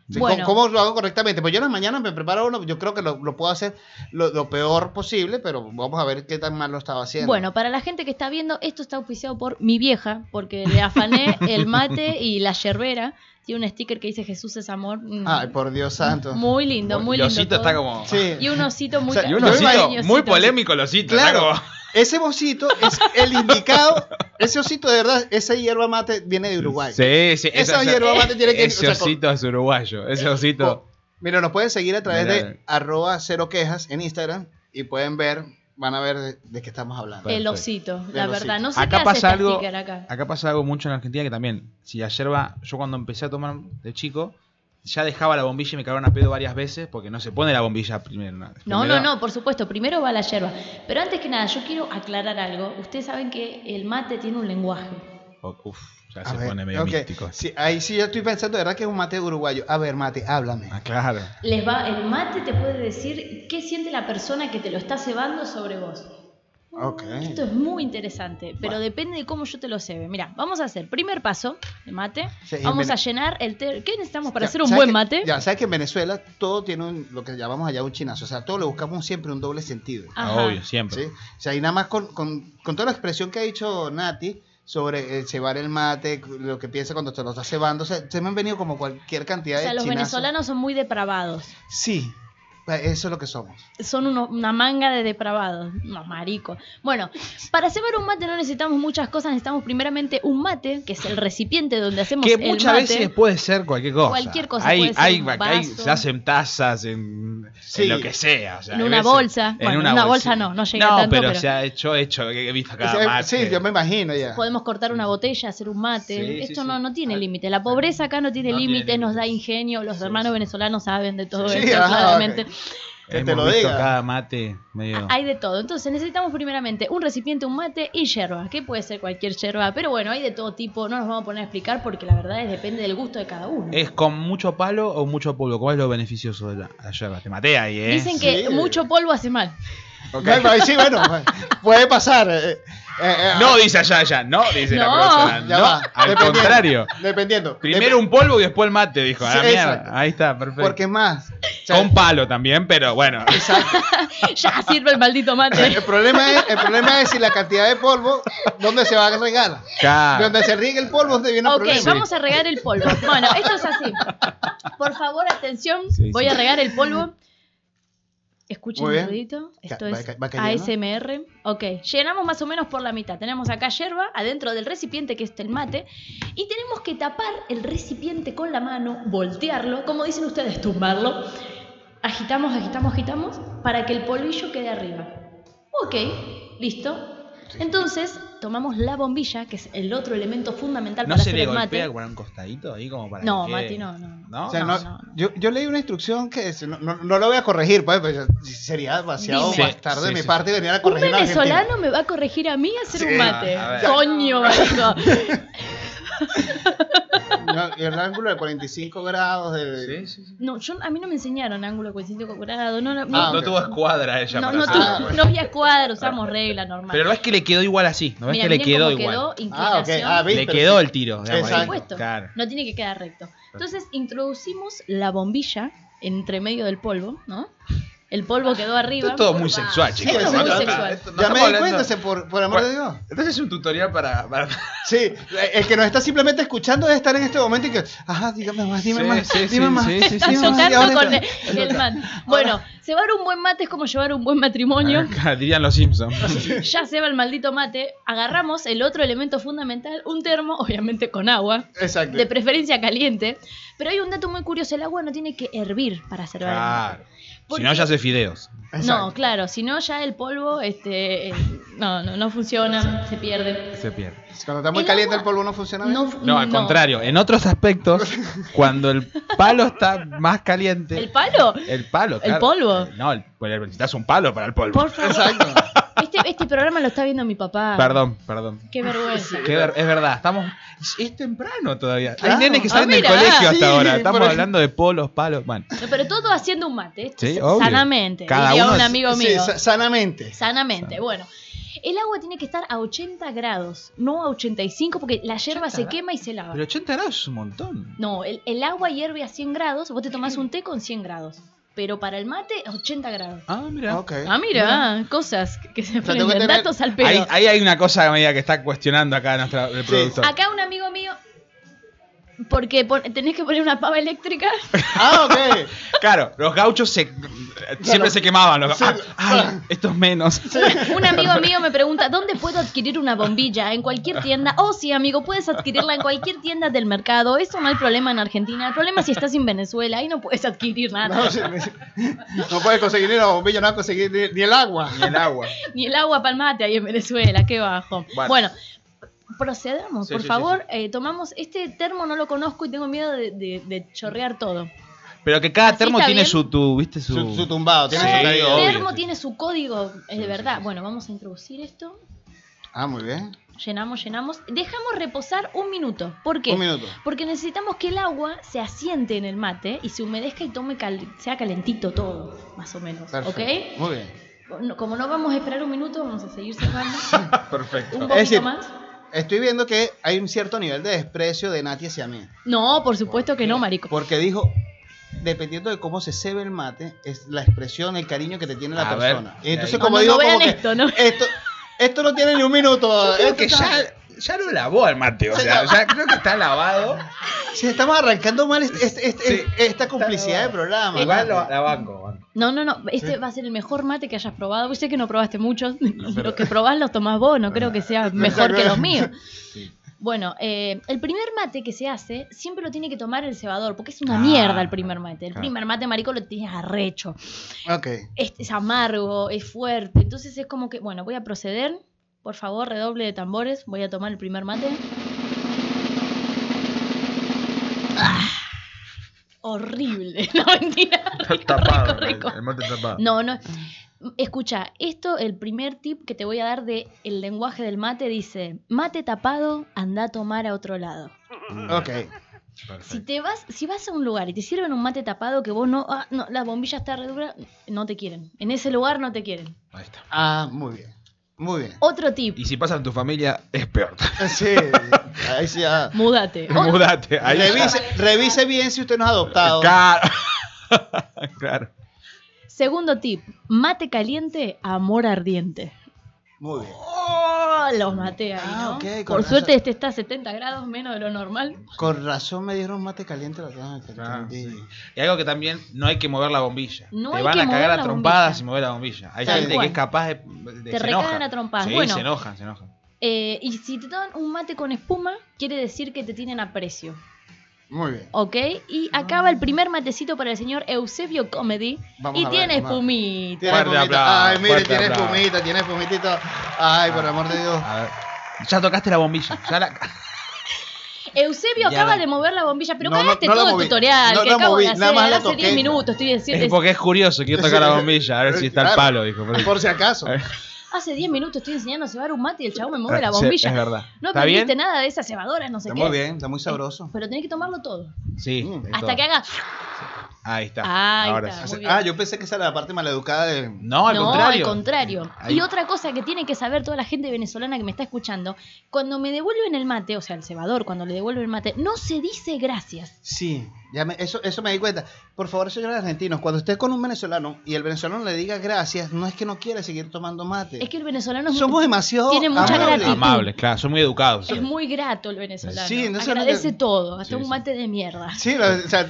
Speaker 3: Sí,
Speaker 5: Bueno.
Speaker 3: ¿cómo, cómo lo hago correctamente? Pues yo en las mañanas me preparo uno, yo creo que lo, lo puedo hacer lo, lo peor posible, pero vamos a ver qué tan mal lo estaba haciendo.
Speaker 5: Bueno, para la gente que está viendo, esto está auspiciado por mi vieja, porque le afané el mate y la yerbera. Tiene un sticker que dice Jesús es amor. Mm,
Speaker 7: Ah,
Speaker 3: Ay, por Dios santo.
Speaker 5: Muy lindo, muy
Speaker 7: Y
Speaker 5: lindo.
Speaker 7: Osito
Speaker 5: todo.
Speaker 7: está como.
Speaker 3: Sí.
Speaker 5: Y un osito muy
Speaker 3: O sea,
Speaker 7: Y un
Speaker 5: cariñoso,
Speaker 3: Yo me
Speaker 7: osito
Speaker 5: cariñosito.
Speaker 7: muy polémico, el osito. está
Speaker 3: Claro.
Speaker 7: como-
Speaker 3: Ese bocito es el indicado. Ese osito, de verdad, esa hierba mate viene de Uruguay.
Speaker 7: Sí, sí.
Speaker 3: Esa hierba mate tiene que-
Speaker 7: Ese
Speaker 3: o sea, con-
Speaker 7: osito es uruguayo. Ese osito.
Speaker 3: Oh, Mira, nos pueden seguir a través
Speaker 7: Mira. eh.
Speaker 3: de arroba cero quejas en Instagram y pueden ver, van a ver de, de qué estamos hablando.
Speaker 5: El
Speaker 7: Perfecto.
Speaker 5: osito, la
Speaker 3: El
Speaker 5: verdad.
Speaker 3: osito.
Speaker 5: No sé
Speaker 7: Acá
Speaker 5: qué
Speaker 7: pasa
Speaker 5: hace este
Speaker 7: algo-
Speaker 5: sticker acá.
Speaker 7: Acá pasa algo mucho en Argentina que también, si la yerba, yo cuando empecé a tomar de chico, ya dejaba la bombilla y me cagaron a pedo varias veces porque no se pone la bombilla primero.
Speaker 5: No, no,
Speaker 7: Primero-
Speaker 5: no, por supuesto, primero va la yerba. Pero antes que nada, yo quiero aclarar algo. Ustedes saben que el mate tiene un lenguaje.
Speaker 7: O- Uf, ya
Speaker 3: A
Speaker 7: se
Speaker 3: ver,
Speaker 7: pone medio
Speaker 3: ok,
Speaker 7: místico.
Speaker 3: sí, ahí sí yo estoy pensando, de verdad que es un mate uruguayo. A ver, mate, háblame.
Speaker 7: Ah, claro.
Speaker 5: Les va, el mate te puede decir qué siente la persona que te lo está cebando sobre vos.
Speaker 3: Ok.
Speaker 5: Esto es muy interesante, pero
Speaker 3: Bueno.
Speaker 5: depende de cómo yo te lo cebe. Mira, vamos a hacer primer paso de mate.
Speaker 3: Sí, en
Speaker 5: vamos
Speaker 3: Vene-
Speaker 5: a llenar el té. ¿Qué necesitamos para
Speaker 3: Ya,
Speaker 5: hacer un
Speaker 3: ¿sabes
Speaker 5: buen
Speaker 3: que-
Speaker 5: mate?
Speaker 3: Ya, sabes que en Venezuela todo tiene un- lo que llamamos allá un chinazo. O sea, todo lo buscamos siempre un doble sentido.
Speaker 5: Ajá.
Speaker 7: Ah, Obvio, siempre.
Speaker 3: ¿sí? O sea, y nada más con, con- con toda la expresión que ha dicho Nati sobre eh, cebar el mate, lo que piensa cuando te lo está cebando. O sea, se me han venido como cualquier cantidad
Speaker 5: O sea,
Speaker 3: de
Speaker 5: los
Speaker 3: chinazos.
Speaker 5: venezolanos son muy depravados.
Speaker 3: Sí, eso es lo que somos.
Speaker 5: Son uno- una manga de depravados. Unos maricos. Bueno, para cebar un mate no necesitamos muchas cosas. Necesitamos primeramente un mate, que es el recipiente donde hacemos
Speaker 7: Que
Speaker 5: el
Speaker 7: muchas
Speaker 5: mate.
Speaker 7: veces puede ser cualquier cosa.
Speaker 5: Cualquier cosa,
Speaker 7: Hay,
Speaker 5: puede ser
Speaker 7: hay,
Speaker 5: un
Speaker 7: hay-
Speaker 5: vaso.
Speaker 7: se hacen tazas en,
Speaker 3: Sí.
Speaker 7: en lo que sea. o sea,
Speaker 5: En
Speaker 7: hay
Speaker 5: una bolsa.
Speaker 7: En
Speaker 5: Bueno,
Speaker 7: una,
Speaker 5: en una
Speaker 7: bolsa.
Speaker 5: bolsa no, no llega tanto,
Speaker 7: pero,
Speaker 5: pero-
Speaker 7: se ha hecho, hecho. He visto
Speaker 3: O
Speaker 7: cada
Speaker 3: sea,
Speaker 7: mate.
Speaker 3: Sí, yo me imagino ya.
Speaker 5: Podemos cortar una botella, hacer un mate.
Speaker 7: Sí, sí,
Speaker 5: Esto
Speaker 7: sí.
Speaker 5: no, no tiene
Speaker 7: Ah,
Speaker 5: límite. La pobreza acá no tiene
Speaker 7: no tiene
Speaker 5: límite, nos da
Speaker 7: límites.
Speaker 5: ingenio. Los
Speaker 7: Sí, ah,
Speaker 5: hermanos
Speaker 7: sí.
Speaker 5: venezolanos saben de todo
Speaker 3: Sí,
Speaker 5: esto,
Speaker 3: ajá,
Speaker 5: claramente.
Speaker 3: ok. Que te
Speaker 7: Hemos
Speaker 3: lo
Speaker 7: visto
Speaker 3: diga.
Speaker 7: cada mate medio...
Speaker 5: Hay de todo. Entonces necesitamos primeramente un recipiente, un mate y yerba, que puede ser cualquier yerba, pero bueno, hay de todo tipo. No nos vamos a poner a explicar porque la verdad es depende del gusto de cada uno.
Speaker 7: ¿Es con mucho palo o mucho polvo? ¿Cuál es lo beneficioso de la, la yerba? Te maté ahí, ¿eh?
Speaker 5: Dicen que
Speaker 3: Sí.
Speaker 5: mucho polvo hace mal.
Speaker 3: Ok. Bueno, sí, bueno, pues, puede pasar. eh, eh, eh,
Speaker 7: No dice allá, allá. No, dice la
Speaker 5: No.
Speaker 7: profesora.
Speaker 3: Ya
Speaker 7: No,
Speaker 3: va,
Speaker 7: al
Speaker 3: dependiendo,
Speaker 7: contrario.
Speaker 3: Dependiendo.
Speaker 7: Primero un polvo y después el mate, dijo. Ah,
Speaker 3: Sí,
Speaker 7: mierda.
Speaker 3: exacto.
Speaker 7: Ahí está, perfecto.
Speaker 3: Porque es más. o sea,
Speaker 7: Con palo también, pero bueno.
Speaker 5: ya sirve el maldito mate.
Speaker 3: el, problema es, el problema es si la cantidad de polvo, ¿dónde se va a regar?
Speaker 7: Claro.
Speaker 3: Donde se riegue el polvo, donde viene el
Speaker 5: ok,
Speaker 3: problema.
Speaker 5: vamos a regar el polvo. Bueno, esto es así. Por favor, atención.
Speaker 7: Sí,
Speaker 5: Voy
Speaker 7: sí.
Speaker 5: a regar el polvo. Escuchen
Speaker 3: Muy
Speaker 5: el
Speaker 3: bien.
Speaker 5: ruidito. Esto
Speaker 3: Ca- va
Speaker 5: es
Speaker 3: ca- va cayendo.
Speaker 5: ASMR. Ok, llenamos más o menos por la mitad. Tenemos acá yerba adentro del recipiente que es el mate. Y tenemos que tapar el recipiente con la mano, voltearlo, como dicen ustedes, tumbarlo. Agitamos, agitamos, agitamos para que el polvillo quede arriba. Ok, listo. Entonces, tomamos la bombilla, que es el otro elemento fundamental
Speaker 7: ¿No
Speaker 5: para
Speaker 7: se
Speaker 5: hacer
Speaker 7: le
Speaker 5: el mate.
Speaker 7: golpea con un costadito ahí como para
Speaker 5: No,
Speaker 7: que
Speaker 5: Mati,
Speaker 7: quede?
Speaker 5: no, no.
Speaker 7: ¿No?
Speaker 3: O sea,
Speaker 5: No,
Speaker 3: no-
Speaker 5: no, no.
Speaker 3: Yo, yo leí una instrucción que es- no, no, no la voy a corregir, pues, pues, sería demasiado
Speaker 5: Dime.
Speaker 3: bastardo
Speaker 7: Sí,
Speaker 3: de
Speaker 7: sí,
Speaker 3: mi
Speaker 7: sí.
Speaker 3: parte venir a
Speaker 5: Un
Speaker 3: corregir a Argentina.
Speaker 5: venezolano me va a corregir a mí a hacer un mate.
Speaker 7: a ver.
Speaker 5: Coño, marico.
Speaker 3: No, El ángulo de 45 grados. De...
Speaker 7: Sí, sí, sí.
Speaker 5: No, yo, a mí no me enseñaron ángulo 45 grado. No, no,
Speaker 7: No,
Speaker 3: Ah,
Speaker 7: no
Speaker 3: ok.
Speaker 7: tuvo escuadra ella
Speaker 5: no,
Speaker 7: para
Speaker 5: no,
Speaker 7: hacer-
Speaker 3: Ah,
Speaker 5: tu-
Speaker 3: bueno.
Speaker 5: no había cuadro, usamos regla normal.
Speaker 7: Pero ves que le quedó igual así. ¿No ves
Speaker 5: Mira,
Speaker 7: que le
Speaker 5: miren
Speaker 7: quedó
Speaker 5: cómo
Speaker 7: igual?
Speaker 5: quedó,
Speaker 3: Ah, ok.
Speaker 5: inclinación. Pues,
Speaker 3: Ah,
Speaker 7: Le
Speaker 3: ¿viste?
Speaker 7: quedó el tiro. digamos,
Speaker 5: Por
Speaker 7: ahí.
Speaker 3: Exacto.
Speaker 5: supuesto.
Speaker 7: Claro.
Speaker 5: No tiene que quedar recto. Entonces introducimos la bombilla entre medio del polvo, ¿no? El polvo quedó arriba.
Speaker 7: Esto es todo muy
Speaker 5: Ah,
Speaker 7: sexual, chicos.
Speaker 5: Esto es
Speaker 3: sí,
Speaker 5: muy
Speaker 3: sí, sí.
Speaker 5: sexual.
Speaker 7: Esto- no
Speaker 3: Ya
Speaker 7: estamos
Speaker 3: me di
Speaker 7: hablando-
Speaker 3: cuenta, se por, por amor de Dios.
Speaker 7: Entonces es un tutorial para- para...
Speaker 3: Sí, el que nos está simplemente escuchando debe estar en este momento y que, ajá, dígame más, dime
Speaker 7: Sí,
Speaker 3: más,
Speaker 7: sí,
Speaker 3: dime
Speaker 7: sí,
Speaker 3: más.
Speaker 7: sí, sí, sí,
Speaker 3: dime
Speaker 7: sí,
Speaker 3: más, y
Speaker 5: Chocando
Speaker 3: ahora
Speaker 5: con el,
Speaker 3: está-
Speaker 5: el man. Bueno, llevar un buen mate es como llevar un buen matrimonio.
Speaker 7: Acá Ah, dirían los Simpsons.
Speaker 5: Ya se va el maldito mate. Agarramos el otro elemento fundamental, un termo, obviamente con agua,
Speaker 3: Exacto.
Speaker 5: de preferencia caliente. Pero hay un dato muy curioso: el agua no tiene que hervir para servir. el mate.
Speaker 7: Claro. Si
Speaker 5: Porque-
Speaker 7: no, ya hace fideos.
Speaker 3: exacto.
Speaker 5: No, claro, si no ya el polvo este, eh, no, no, no funciona, se pierde.
Speaker 7: Se pierde.
Speaker 3: Cuando está muy
Speaker 5: El
Speaker 3: caliente
Speaker 5: agua-
Speaker 3: el polvo no funciona bien.
Speaker 5: No,
Speaker 7: No, al contrario. En otros aspectos, cuando el palo está más caliente.
Speaker 5: ¿El palo?
Speaker 7: El palo,
Speaker 5: ¿El
Speaker 7: claro. Eh,
Speaker 5: polvo?
Speaker 7: No, el- bueno, necesitas un palo para el polvo.
Speaker 5: Por favor.
Speaker 3: Exacto.
Speaker 5: Este, este programa lo está viendo mi papá.
Speaker 7: Perdón, perdón.
Speaker 5: Qué vergüenza.
Speaker 7: Qué ver- es verdad, estamos. es- Es temprano todavía.
Speaker 3: Claro.
Speaker 7: Hay nenes que
Speaker 5: Ah,
Speaker 7: salen del
Speaker 5: mira.
Speaker 7: colegio hasta
Speaker 3: Sí,
Speaker 7: ahora.
Speaker 3: por
Speaker 7: Estamos
Speaker 3: ahí.
Speaker 7: hablando de polos, palos. Bueno,
Speaker 5: No, pero todo haciendo un mate, esto
Speaker 7: Sí,
Speaker 5: es
Speaker 7: obvio.
Speaker 5: sanamente,
Speaker 7: Cada
Speaker 5: diría
Speaker 7: uno
Speaker 5: un
Speaker 7: es-
Speaker 5: amigo
Speaker 3: Sí,
Speaker 5: mío.
Speaker 3: sa- sanamente.
Speaker 5: Sanamente, bueno. El agua tiene que estar a 80 grados, no a 85 porque la yerba
Speaker 7: 80
Speaker 5: se
Speaker 7: grados.
Speaker 5: quema y se lava.
Speaker 7: pero 80 grados es un montón.
Speaker 5: No, el, el agua hierve a 100 grados, vos te tomás un té con 100 grados, pero para el mate 80 grados.
Speaker 7: Ah, mira.
Speaker 3: Ok.
Speaker 5: Ah, mira, cosas que- que se
Speaker 3: sea, tengo que
Speaker 5: aprenden,
Speaker 3: tener-
Speaker 5: datos al pedo.
Speaker 7: Ahí, ahí hay una cosa media que está cuestionando acá nuestra, el
Speaker 3: Sí.
Speaker 7: productor.
Speaker 5: Acá un amigo mío, porque pon- tenés que poner una pava eléctrica,
Speaker 3: Ah, ok.
Speaker 7: Claro, los gauchos se, siempre se quemaban. Los, ga- ay, estos menos.
Speaker 5: Un amigo mío me pregunta, ¿dónde puedo adquirir una bombilla? ¿En cualquier tienda? Oh, sí, amigo, puedes adquirirla en cualquier tienda del mercado. Eso no hay problema en Argentina. El problema es si estás en Venezuela, ahí no puedes adquirir nada.
Speaker 3: No, se- no puedes conseguir ni la bombilla, no vas a conseguir ni, ni el agua.
Speaker 7: Y el agua.
Speaker 5: Ni el agua palmate ahí en Venezuela, qué bajo.
Speaker 7: Bueno.
Speaker 5: Bueno, procedamos,
Speaker 7: Sí,
Speaker 5: por
Speaker 7: sí, sí,
Speaker 5: favor. Eh, tomamos este termo, no lo conozco y tengo miedo de, de- de chorrear todo.
Speaker 7: Pero que cada
Speaker 5: Así
Speaker 7: termo
Speaker 5: está
Speaker 7: tiene
Speaker 5: bien.
Speaker 7: su, tu, ¿viste? Su,
Speaker 3: Su, su tumbado, tiene su
Speaker 5: Cada
Speaker 7: sí,
Speaker 3: caída.
Speaker 7: obvio,
Speaker 5: termo
Speaker 7: sí.
Speaker 5: tiene su código, es de verdad. Bueno, vamos a introducir esto.
Speaker 3: Ah, muy bien.
Speaker 5: Llenamos, llenamos. Dejamos reposar un minuto. ¿Por qué?
Speaker 3: Un minuto.
Speaker 5: Porque necesitamos que el agua se asiente en el mate y se humedezca y tome cal- sea calentito todo, más o menos.
Speaker 3: Perfecto. Muy bien.
Speaker 5: ¿Ok? No- Como no vamos a esperar un minuto, vamos a seguir cerrando.
Speaker 7: Perfecto.
Speaker 5: un
Speaker 3: Es
Speaker 5: poquito
Speaker 3: decir-
Speaker 5: más.
Speaker 3: Estoy viendo que hay un cierto nivel de desprecio de Nati hacia mí.
Speaker 5: No, por supuesto que no, marico.
Speaker 3: Porque dijo, dependiendo de cómo se cebe el mate, es la expresión, el cariño que te tiene la
Speaker 7: A ver,
Speaker 3: persona. Y entonces,
Speaker 7: ahí.
Speaker 3: como
Speaker 5: No, no,
Speaker 3: digo,
Speaker 5: no
Speaker 3: como
Speaker 5: vean
Speaker 3: que
Speaker 5: esto, ¿no?
Speaker 3: esto, esto no tiene ni un minuto.
Speaker 7: Creo
Speaker 3: Esto
Speaker 7: que
Speaker 3: está-
Speaker 7: ya, ya lo lavó el mate. O sea, ya creo que está lavado.
Speaker 3: Si estamos arrancando mal este- este- este-
Speaker 7: Sí.
Speaker 3: esta complicidad de programa.
Speaker 7: Igual lo, la banco, banco.
Speaker 5: No, no, no. Este va a ser el mejor mate que hayas probado. Yo sé que no probaste muchos. Los que probás los tomás vos. No creo que sea mejor que los míos. Bueno, eh, el primer mate que se hace siempre lo tiene que tomar el cebador, porque es una
Speaker 7: Ah,
Speaker 5: mierda el primer mate. El
Speaker 7: claro.
Speaker 5: primer mate, marico, lo tienes arrecho.
Speaker 3: Ok.
Speaker 5: es, es amargo, es fuerte. Entonces es como que, bueno, voy a proceder. Por favor, redoble de tambores. Voy a tomar el primer mate. ¡Ah! Horrible. No, mentira. Rico,
Speaker 7: tapado.
Speaker 5: rico,
Speaker 7: El,
Speaker 5: rico.
Speaker 7: mate tapado.
Speaker 5: No, no. Escucha, esto, el primer tip que te voy a dar de el lenguaje del mate dice, mate tapado, anda a tomar a otro lado.
Speaker 3: Ok.
Speaker 5: Si te vas, si vas a un lugar y te sirven un mate tapado que vos no, ah, no, la bombilla está re dura, no te quieren. En ese lugar no te quieren.
Speaker 7: Ahí está.
Speaker 3: Ah, muy bien. Muy bien.
Speaker 5: Otro tip.
Speaker 7: Y si pasa en tu familia, es peor.
Speaker 3: Sí, ahí sí. ah.
Speaker 5: Múdate. O-
Speaker 7: Mudate. Ahí
Speaker 3: Revise, revise bien si usted no es adoptado.
Speaker 7: Claro. claro.
Speaker 5: Segundo tip, mate caliente, amor ardiente.
Speaker 3: Muy bien.
Speaker 5: Oh, los maté ahí,
Speaker 3: Ah,
Speaker 5: ¿no?
Speaker 3: ok, con
Speaker 5: Por
Speaker 3: razón.
Speaker 5: suerte este está a 70 grados menos de lo normal.
Speaker 3: Con razón me dieron mate caliente la ah, que
Speaker 7: Ah,
Speaker 3: entendí.
Speaker 7: Y algo que también no hay que mover la bombilla.
Speaker 5: No
Speaker 7: te
Speaker 5: hay
Speaker 7: van
Speaker 5: que
Speaker 7: a
Speaker 5: mover
Speaker 7: cagar
Speaker 5: la
Speaker 7: a trompadas
Speaker 5: bombilla.
Speaker 7: si mover la bombilla. Hay
Speaker 3: Tal
Speaker 7: gente
Speaker 5: cual.
Speaker 7: que es capaz de. de-
Speaker 5: Te
Speaker 7: se
Speaker 5: recagan
Speaker 7: enoja.
Speaker 5: a trompadas.
Speaker 7: Sí,
Speaker 5: Bueno.
Speaker 7: se enojan, se enojan.
Speaker 5: Eh, y si te dan un mate con espuma, quiere decir que te tienen aprecio,
Speaker 3: Muy bien.
Speaker 5: ¿ok? Y acaba el primer matecito para el señor Eusebio Comedy
Speaker 3: Ah. Vamos
Speaker 5: y
Speaker 3: a ver,
Speaker 5: tiene
Speaker 3: vamos a ver.
Speaker 5: espumita.
Speaker 3: Tiene
Speaker 7: Fuerte
Speaker 3: espumita.
Speaker 7: aplauso,
Speaker 3: Ay, mire,
Speaker 7: fuerte
Speaker 3: tiene
Speaker 7: aplauso.
Speaker 3: espumita, tiene espumita y todo. Ay, por amor de Dios.
Speaker 7: A ver. Ya tocaste la bombilla. Ya la.
Speaker 5: Eusebio
Speaker 7: Ya
Speaker 5: acaba
Speaker 7: la-
Speaker 5: de mover la bombilla, pero
Speaker 3: No, no,
Speaker 5: cagaste
Speaker 3: no la
Speaker 5: todo el
Speaker 3: moví.
Speaker 5: tutorial
Speaker 3: No
Speaker 5: que
Speaker 3: la
Speaker 5: acabo
Speaker 3: moví,
Speaker 5: de
Speaker 3: nada
Speaker 5: hacer
Speaker 3: más la
Speaker 5: hace
Speaker 3: toqué.
Speaker 5: 10 minutos. Estoy
Speaker 7: Es
Speaker 5: diciendo,
Speaker 7: porque es curioso, quiero tocar la bombilla, a ver si está el
Speaker 3: Claro.
Speaker 7: palo, dijo. por eso.
Speaker 3: Por si acaso.
Speaker 5: hace 10 minutos estoy enseñando a cebar un mate y el chabón me
Speaker 7: Ah,
Speaker 5: mueve la
Speaker 7: sí,
Speaker 5: bombilla.
Speaker 7: es verdad.
Speaker 5: No
Speaker 7: ¿Está bien?
Speaker 5: aprendiste nada de esas cebadoras, no sé
Speaker 3: Está
Speaker 5: qué.
Speaker 3: muy bien, está muy sabroso.
Speaker 5: Pero tenés que tomarlo todo.
Speaker 7: Sí.
Speaker 3: Mm.
Speaker 7: ahí
Speaker 5: Hasta
Speaker 7: todo.
Speaker 5: que hagas.
Speaker 7: Ahí está.
Speaker 5: Ahí
Speaker 7: Ahora
Speaker 5: está.
Speaker 7: sí.
Speaker 5: Muy bien.
Speaker 3: Ah, yo pensé que esa era la parte maleducada de.
Speaker 7: No, al
Speaker 5: no,
Speaker 7: contrario.
Speaker 5: al contrario.
Speaker 7: Ahí.
Speaker 5: Y otra cosa que tiene que saber toda la gente venezolana que me está escuchando: cuando me devuelven el mate, o sea, el cebador, cuando le devuelven el mate, no se dice gracias.
Speaker 3: Sí, ya me- eso, eso me di cuenta. Por favor, señores argentinos, cuando estés con un venezolano y el venezolano le diga gracias, no es que no quiere seguir tomando mate.
Speaker 5: Es que el venezolano es
Speaker 3: Somos
Speaker 5: muy,
Speaker 3: demasiado.
Speaker 5: Tiene mucha
Speaker 3: amables.
Speaker 5: gratitud.
Speaker 7: Amables, claro, son muy educados.
Speaker 5: es muy grato el venezolano.
Speaker 3: Sí, entonces no
Speaker 5: Agradece
Speaker 3: te-
Speaker 5: todo, hasta
Speaker 7: Sí,
Speaker 5: un
Speaker 7: sí.
Speaker 5: mate de mierda.
Speaker 3: Sí, la- o sea,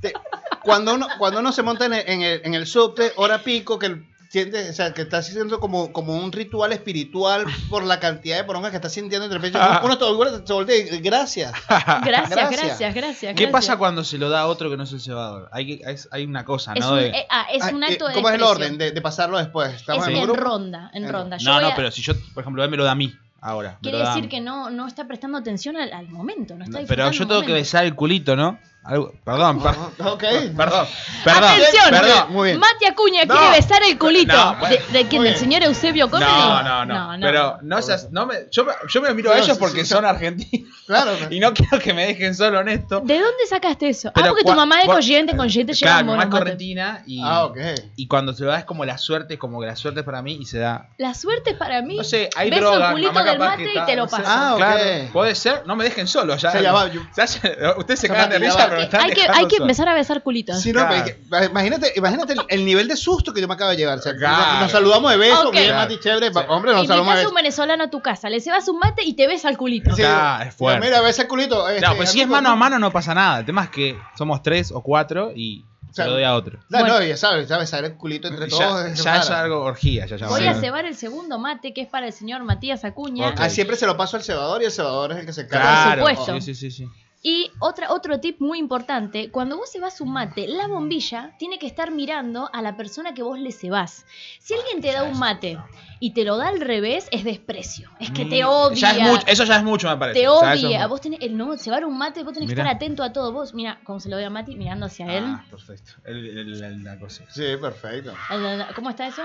Speaker 3: te- cuando, uno, cuando uno se monta en el, en el, en el subte, hora pico, que el- siente, o sea, que estás haciendo como, como un ritual espiritual por la cantidad de porongas que estás sintiendo entre pecho. Uno todo igual se voltea y gracias.
Speaker 5: Gracias, gracias,
Speaker 3: Gracias.
Speaker 5: gracias. gracias.
Speaker 7: ¿Qué pasa cuando se lo da a otro que no es el cebador? Hay, que, es- hay una cosa,
Speaker 5: Es
Speaker 7: ¿no?
Speaker 5: un,
Speaker 7: De-
Speaker 5: eh, ah, es
Speaker 3: Ah,
Speaker 5: un
Speaker 3: eh,
Speaker 5: acto de.
Speaker 3: ¿Cómo es el
Speaker 5: desprecio.
Speaker 3: orden de, de pasarlo después? ¿Estamos
Speaker 5: Es
Speaker 3: en
Speaker 5: en
Speaker 3: grupo?
Speaker 5: ronda, en
Speaker 3: En
Speaker 5: ronda. Yo
Speaker 7: No,
Speaker 5: voy
Speaker 7: no,
Speaker 5: a-
Speaker 7: pero si yo, por ejemplo, él me lo da a mí ahora. me
Speaker 5: Quiere
Speaker 7: lo da a
Speaker 5: decir
Speaker 7: mí.
Speaker 5: que no, no está prestando atención al, al momento, no está
Speaker 7: No, pero
Speaker 5: disfrutando
Speaker 7: yo
Speaker 5: el
Speaker 7: tengo que
Speaker 5: momento.
Speaker 7: besar el culito, ¿no? Algo- Perdón, per-
Speaker 3: Ok.
Speaker 7: perdón, perdón.
Speaker 5: ¡Atención!
Speaker 7: Perdón.
Speaker 3: Muy bien.
Speaker 5: Mati Acuña
Speaker 7: No.
Speaker 5: quiere besar el culito.
Speaker 7: No, bueno,
Speaker 5: ¿De, de quién?
Speaker 3: muy
Speaker 5: ¿Del señor Eusebio Comedy?
Speaker 7: No, no, no, Pero no seas, no me, yo, me- yo me miro a
Speaker 3: No,
Speaker 7: ellos
Speaker 3: sí, sí.
Speaker 7: porque son argentinos
Speaker 3: Claro.
Speaker 7: y no quiero que me dejen solo en esto.
Speaker 5: ¿De dónde sacaste eso? ah,
Speaker 7: Pero
Speaker 5: porque tu
Speaker 7: cua-
Speaker 5: mamá es
Speaker 7: por-
Speaker 5: corriente, corriente llega
Speaker 7: Claro, mi mamá es correntina y,
Speaker 3: Ah, ok.
Speaker 7: y cuando se lo da es como la suerte, es como que la suerte es para mí y se da.
Speaker 5: La suerte es para mí.
Speaker 7: No sé, hay
Speaker 5: beso
Speaker 7: droga.
Speaker 5: el culito
Speaker 7: mamá
Speaker 5: del
Speaker 7: capaz
Speaker 5: mate y
Speaker 7: que está-
Speaker 5: te lo
Speaker 7: no sé.
Speaker 5: paso.
Speaker 3: Ah, ok.
Speaker 7: Claro, puede ser, no me dejen solo. Ya,
Speaker 3: O sea, ya va, yo-
Speaker 7: Ya se- ustedes se
Speaker 3: Ya
Speaker 7: cagan
Speaker 3: va,
Speaker 7: de
Speaker 3: ya
Speaker 7: risa,
Speaker 3: va.
Speaker 7: pero me
Speaker 5: hay,
Speaker 7: están
Speaker 5: hay que,
Speaker 7: dejando
Speaker 5: hay que
Speaker 7: solo.
Speaker 5: empezar a besar culitos.
Speaker 3: Sí, no, pero
Speaker 7: Claro.
Speaker 3: es que- imagínate, imagínate el, el nivel de susto que yo me acabo de llevar. o sea,
Speaker 7: Claro.
Speaker 3: nos, nos saludamos de beso,
Speaker 5: Ok.
Speaker 3: bien,
Speaker 7: Claro.
Speaker 3: Mati, chévere.
Speaker 7: Sí.
Speaker 3: Hombre, nos saludamos
Speaker 5: Invitas
Speaker 3: de
Speaker 5: a un
Speaker 3: beso.
Speaker 5: venezolano a tu casa, le cebas un mate y te besa el culito.
Speaker 3: Sí,
Speaker 7: Claro, es fuerte.
Speaker 3: Mira, besa el culito.
Speaker 7: No,
Speaker 3: este,
Speaker 7: pues si es
Speaker 3: amigo,
Speaker 7: mano a
Speaker 3: ¿no?
Speaker 7: mano no pasa nada. El tema es que somos tres o cuatro y se lo doy a otro.
Speaker 3: No,
Speaker 5: Bueno.
Speaker 3: no, ya sabes, sabes, saber el culito entre todos.
Speaker 7: Ya,
Speaker 3: es
Speaker 7: ya es
Speaker 3: raro.
Speaker 7: algo orgía, ya, ya
Speaker 5: Voy
Speaker 7: va.
Speaker 5: a cebar el segundo mate que es para el señor Matías Acuña.
Speaker 7: Ok.
Speaker 3: Ah, siempre se lo paso al cebador y el cebador es el que se
Speaker 7: Claro,
Speaker 5: Por supuesto.
Speaker 7: Sí, sí, sí, sí.
Speaker 5: Y otra, otro tip muy importante, cuando vos cebás un mate, la bombilla tiene que estar mirando a la persona que vos le cebás. Si alguien te da un mate y te lo da al revés, es desprecio. Es que te
Speaker 7: Mm,
Speaker 5: odia.
Speaker 7: ya es mucho- eso ya es mucho, me parece.
Speaker 5: Te
Speaker 7: O sea, eso es
Speaker 5: odia.
Speaker 7: mucho.
Speaker 5: Vos tenés, el no, cebar un mate, vos tenés que
Speaker 7: Mirá.
Speaker 5: estar atento a todo. Vos, mira, como se lo doy a Mati, mirando hacia él.
Speaker 7: Ah, perfecto. El- el- el- la cosa.
Speaker 3: Sí, perfecto.
Speaker 5: La, la, la, Ah, ¿Cómo está eso?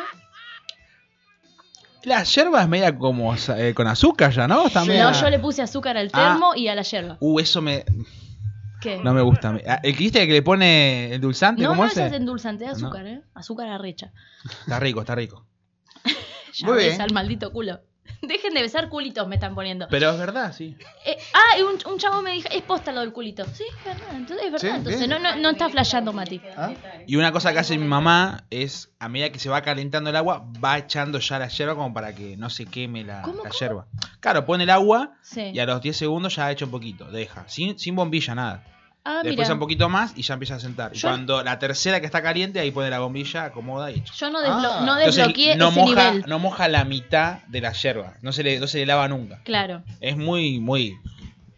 Speaker 7: La yerba es media como eh, con azúcar ya, ¿no? Está
Speaker 3: Sí.
Speaker 7: media-
Speaker 5: No, yo le puse azúcar al
Speaker 7: Ah.
Speaker 5: termo y a la yerba.
Speaker 7: Uh, eso me.
Speaker 5: ¿Qué?
Speaker 7: No me gusta. Me- ah, ¿El que viste que le pone el dulzante?
Speaker 5: no,
Speaker 7: ¿Cómo
Speaker 5: no,
Speaker 7: es? Ah,
Speaker 5: eso es endulzante, es
Speaker 7: No.
Speaker 5: azúcar, ¿eh? Azúcar arrecha.
Speaker 7: Está rico, está rico.
Speaker 5: Ya
Speaker 3: Muy
Speaker 5: ves
Speaker 3: bien.
Speaker 5: al maldito culo. Dejen de besar culitos, me están poniendo.
Speaker 7: Pero es verdad, sí.
Speaker 5: Eh, ah, y un, un chavo me dijo, es posta lo del culito. Sí, es verdad, entonces es verdad.
Speaker 3: Sí,
Speaker 5: entonces
Speaker 3: bien.
Speaker 5: no, no, no está flasheando Mati.
Speaker 7: Y una cosa que hace mi mamá es, a medida que se va calentando el agua, va echando ya la yerba como para que no se queme la,
Speaker 5: ¿Cómo,
Speaker 7: la
Speaker 5: cómo?
Speaker 7: yerba. Claro, pone el agua
Speaker 5: Sí.
Speaker 7: y a los 10 segundos ya ha hecho un poquito, deja, sin, sin bombilla, nada.
Speaker 5: Ah,
Speaker 7: Después
Speaker 5: mira.
Speaker 7: un poquito más y ya empieza a sentar. Y
Speaker 5: Yo-
Speaker 7: cuando la tercera que está caliente, ahí pone la bombilla, acomoda y echa.
Speaker 5: Yo no, desblo-
Speaker 3: Ah.
Speaker 5: no
Speaker 7: Entonces,
Speaker 5: desbloqueé
Speaker 7: no,
Speaker 5: ese
Speaker 7: moja,
Speaker 5: nivel.
Speaker 7: no moja la mitad de la yerba. No se le, no se le lava nunca.
Speaker 5: Claro.
Speaker 7: Es muy, muy.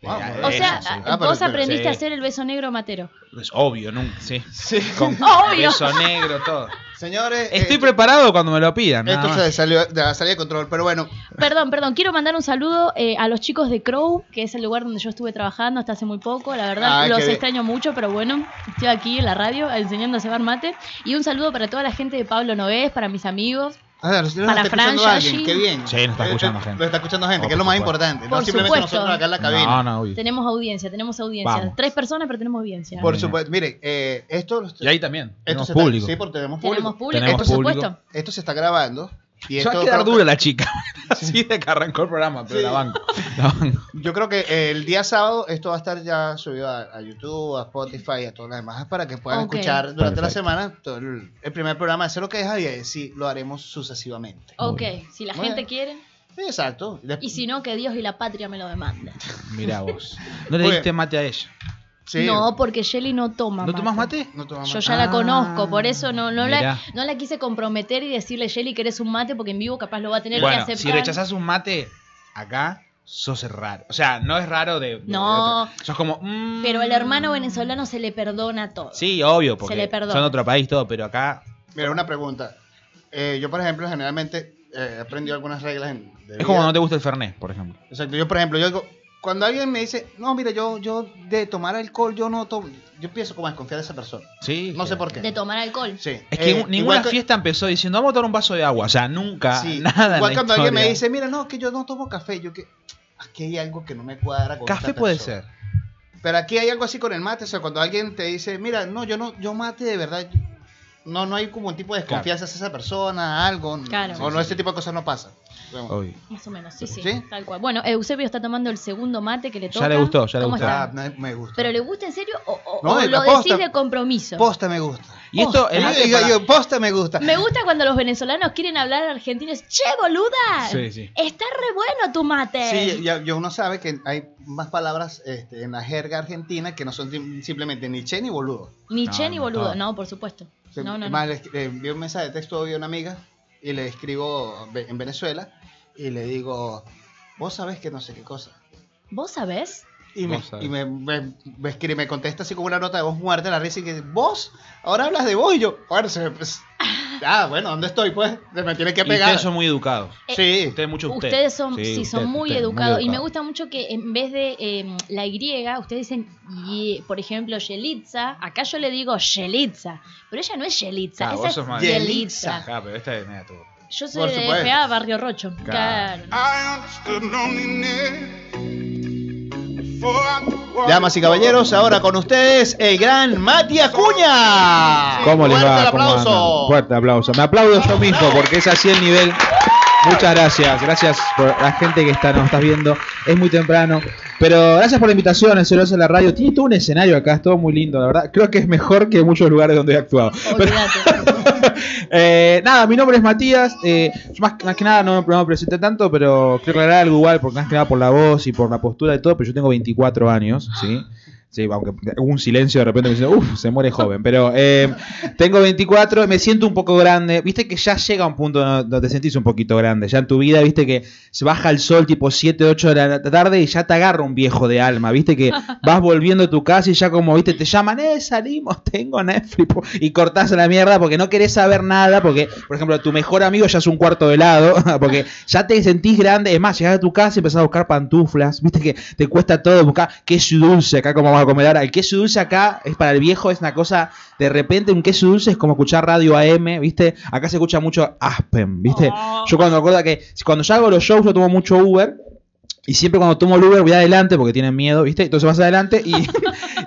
Speaker 3: Vamos.
Speaker 7: eh,
Speaker 5: O
Speaker 7: eh,
Speaker 5: sea,
Speaker 7: sí.
Speaker 3: Ah, pero-
Speaker 5: vos
Speaker 3: pero-
Speaker 5: aprendiste
Speaker 7: sí.
Speaker 5: a hacer el beso negro matero.
Speaker 7: es obvio, nunca. Sí.
Speaker 3: Sí.
Speaker 7: Con
Speaker 5: Obvio.
Speaker 7: beso negro, todo.
Speaker 3: Señores,
Speaker 7: Estoy
Speaker 3: esto,
Speaker 7: preparado cuando me lo pidan. nada
Speaker 3: Eh, esto
Speaker 7: más.
Speaker 3: se salió, ya salió de control, pero bueno,
Speaker 5: Perdón, perdón, quiero mandar un saludo eh, a los chicos de Crow, que es el lugar donde yo estuve trabajando hasta hace muy poco, la verdad,
Speaker 3: Ah, qué
Speaker 5: los
Speaker 3: bien.
Speaker 5: extraño mucho, pero bueno, estoy aquí en la radio enseñando a cebar mate. Y un saludo para toda la gente de Pablo Noves, para mis amigos,
Speaker 3: a ver, si nos
Speaker 5: Para
Speaker 3: está
Speaker 5: Fran,
Speaker 3: escuchando alguien,
Speaker 5: Yashi.
Speaker 3: qué bien.
Speaker 7: Sí, nos está
Speaker 3: Eh,
Speaker 7: escuchando
Speaker 3: eh,
Speaker 7: gente.
Speaker 3: Nos está escuchando gente,
Speaker 7: Oh,
Speaker 3: que es lo más
Speaker 7: por supuesto.
Speaker 3: importante. No
Speaker 5: Por
Speaker 3: simplemente
Speaker 5: supuesto.
Speaker 3: nosotros acá en la cabina.
Speaker 7: No, no, obvio.
Speaker 5: tenemos audiencia, tenemos audiencia.
Speaker 7: Vamos.
Speaker 5: Tres personas, pero tenemos audiencia.
Speaker 3: Por
Speaker 7: Bien.
Speaker 3: supuesto, mire, eh, esto,
Speaker 7: Y ahí también.
Speaker 3: esto
Speaker 7: Tenemos
Speaker 3: se
Speaker 7: público.
Speaker 3: Está, sí, porque tenemos público.
Speaker 5: tenemos público,
Speaker 7: Tenemos
Speaker 5: por
Speaker 7: público.
Speaker 5: supuesto.
Speaker 3: Esto se está grabando. Y
Speaker 7: Se
Speaker 3: esto
Speaker 7: va a quedar
Speaker 3: creo que-
Speaker 7: dura la chica. Así de que arrancó el programa, pero
Speaker 3: Sí.
Speaker 7: la banco. La banco.
Speaker 3: Yo creo que el día sábado esto va a estar ya subido a, a YouTube, a Spotify y a todas las demás para que puedan
Speaker 5: Ok.
Speaker 3: escuchar durante la
Speaker 7: Perfecto.
Speaker 3: semana todo el, el primer programa. Eso es lo que es Javier, sí, lo haremos sucesivamente.
Speaker 5: Ok,
Speaker 7: Muy bien.
Speaker 5: si la
Speaker 3: Muy
Speaker 5: gente
Speaker 3: bien.
Speaker 5: quiere.
Speaker 3: Exacto. Des-
Speaker 5: Y si no, que Dios y la patria me lo demanden.
Speaker 7: Mirá vos. No le
Speaker 3: Muy
Speaker 7: diste
Speaker 3: bien.
Speaker 7: mate a ella.
Speaker 3: sí.
Speaker 5: No, porque Shelly no toma
Speaker 7: ¿No tomás mate?
Speaker 3: No tomamos-
Speaker 5: Yo ya la
Speaker 7: Ah,
Speaker 5: conozco, por eso no, no, la,
Speaker 7: mirá.
Speaker 5: no la quise comprometer y decirle, Shelly, que eres un mate, porque en vivo capaz lo va a tener
Speaker 7: Bueno,
Speaker 5: que aceptar.
Speaker 7: si rechazás un mate acá, sos raro. O sea, no es raro de. de-
Speaker 5: No.
Speaker 7: de- sos como. mm,
Speaker 5: Pero al hermano venezolano se le perdona todo.
Speaker 7: Sí, obvio, porque
Speaker 5: Se le perdona.
Speaker 7: son de otro país todo, pero acá.
Speaker 3: Mira, una pregunta. Eh, yo, por ejemplo, generalmente eh, he aprendido algunas reglas. En, de
Speaker 7: Es como
Speaker 3: vida.
Speaker 7: cuando no te gusta el Fernet, por ejemplo.
Speaker 3: Exacto. Yo, por ejemplo, yo digo, cuando alguien me dice, no, mira, yo, yo de tomar alcohol, yo no tomo. Yo empiezo como a desconfiar de esa persona.
Speaker 7: Sí.
Speaker 3: No sé por qué.
Speaker 5: De tomar alcohol.
Speaker 3: Sí.
Speaker 7: Es que
Speaker 3: Eh,
Speaker 7: un- ninguna
Speaker 3: igual que-
Speaker 7: fiesta empezó diciendo, vamos a tomar un vaso de agua. O sea, nunca,
Speaker 3: Sí,
Speaker 7: nada. en
Speaker 3: Igual
Speaker 7: la
Speaker 3: cuando alguien me
Speaker 7: historia.
Speaker 3: dice, mira, no, es que yo no tomo café, yo que aquí hay algo que no me cuadra con
Speaker 7: Café
Speaker 3: esta
Speaker 7: puede
Speaker 3: persona".
Speaker 7: ser.
Speaker 3: Pero aquí hay algo así con el mate, o sea, cuando alguien te dice, mira, no, yo no, yo mate de verdad, no, no hay como un tipo de desconfianza hacia esa persona, algo, n-
Speaker 5: Claro.
Speaker 3: o
Speaker 5: Sí,
Speaker 3: no,
Speaker 7: sí,
Speaker 3: ese tipo de cosas no pasa. Digamos.
Speaker 7: Obvio.
Speaker 5: Más o menos, sí, sí,
Speaker 3: ¿Sí?
Speaker 5: Tal cual. Bueno, Eusebio está tomando el segundo mate que le
Speaker 7: Ya
Speaker 5: toca.
Speaker 7: le gustó, ya le
Speaker 5: ¿Cómo
Speaker 7: gustó.
Speaker 5: está?
Speaker 3: Ah, me, me gusta.
Speaker 5: ¿Pero le gusta en serio o, o-
Speaker 3: No,
Speaker 5: o
Speaker 3: de-
Speaker 5: lo
Speaker 3: aposta.
Speaker 5: decís de compromiso?
Speaker 3: Posta me gusta.
Speaker 7: Y esto,
Speaker 3: Oh, Yo-
Speaker 7: el mate
Speaker 3: yo-
Speaker 7: para-
Speaker 3: yo, posta me gusta.
Speaker 5: Me gusta cuando los venezolanos quieren hablar argentinos. Che, boluda.
Speaker 7: Sí, sí.
Speaker 5: Está re bueno tu mate.
Speaker 3: Sí, ya, ya uno sabe que hay más palabras este, en la jerga argentina que no son sim- simplemente ni che ni boludo.
Speaker 5: Ni
Speaker 7: No,
Speaker 5: che ni
Speaker 7: no,
Speaker 5: boludo.
Speaker 7: no.
Speaker 5: No, por supuesto.
Speaker 3: Se-
Speaker 5: No, no,
Speaker 3: es
Speaker 5: no.
Speaker 3: más, le, le envío un mensaje de texto hoy a una amiga y le escribo ve- en Venezuela y le digo, vos sabés que no sé qué cosa.
Speaker 5: ¿Vos sabés?
Speaker 3: Y, me,
Speaker 7: Vos sabés.
Speaker 3: y me, me- me escribe, me contesta así como una nota de voz muerta la risa y que, vos, ahora hablas de vos y yo, bueno, se me- pues, ah, bueno, ¿dónde estoy? Pues se me tiene que
Speaker 7: y
Speaker 3: pegar.
Speaker 7: ustedes son muy educados.
Speaker 3: Sí,
Speaker 7: Ustedes mucho usted.
Speaker 5: Ustedes son, sí,
Speaker 7: usted,
Speaker 5: son muy,
Speaker 7: usted,
Speaker 5: educados. Y me gusta mucho que en vez de eh, la Y, ustedes dicen, "Ye", por ejemplo, Yelitza. Acá yo le digo Yelitza. Pero ella no es Yelitza,
Speaker 7: Ah,
Speaker 5: esa
Speaker 7: vos
Speaker 5: es
Speaker 7: sos más-
Speaker 5: Yelitza.
Speaker 7: Ah, pero esta es media tuvo.
Speaker 5: Yo
Speaker 3: Por
Speaker 5: soy de
Speaker 3: supuesto.
Speaker 5: FA Barrio Rocho.
Speaker 7: Claro.
Speaker 5: Claro.
Speaker 3: Damas y caballeros, ahora con ustedes el gran Mati Acuña.
Speaker 7: ¿Cómo les
Speaker 3: Fuerte
Speaker 7: va?
Speaker 3: el
Speaker 7: ¿Cómo
Speaker 3: aplauso.
Speaker 7: andan? Fuerte aplauso. Me aplaudo yo mismo porque es así el nivel. Muchas gracias, gracias por la gente que está, nos estás viendo. Es muy temprano, pero gracias por la invitación en Celoso en la Radio. Tiene todo un escenario acá, es todo muy lindo, la verdad. Creo que es mejor que muchos lugares donde he actuado.
Speaker 5: Olvídate.
Speaker 7: Eh, nada, mi nombre es Matías. eh, yo más, más que nada no, me- no me presenté tanto, pero quiero aclarar algo igual, porque más que nada por la voz y por la postura y todo, pero yo tengo 24 años, ¿sí? Sí, aunque hubo un silencio de repente me dice, uff, se muere joven. Pero eh, tengo 24, me siento un poco grande. Viste que ya llega un punto donde donde te sentís un poquito grande. Ya en tu vida, viste que se baja el sol tipo 7, 8 de la tarde y ya te agarra un viejo de alma. Viste que vas volviendo a tu casa y ya como, viste, te llaman, eh, salimos, tengo Netflix. po- Y cortás a la mierda porque no querés saber nada. Porque, por ejemplo, tu mejor amigo ya es un cuarto de helado. Porque ya te sentís grande. Es más, llegás a tu casa y empezás a buscar pantuflas. Viste que te cuesta todo buscar queso dulce. Acá, como vamos a comer ahora. El queso dulce acá es para el viejo, es una cosa. De repente, un queso dulce es como escuchar radio AM. ¿Viste? Acá se escucha mucho Aspen. ¿Viste? Yo cuando me acuerdo que cuando ya hago los shows, yo tomo mucho Uber. Y siempre cuando tomo el Uber voy adelante porque tienen miedo, ¿viste? Entonces vas adelante y,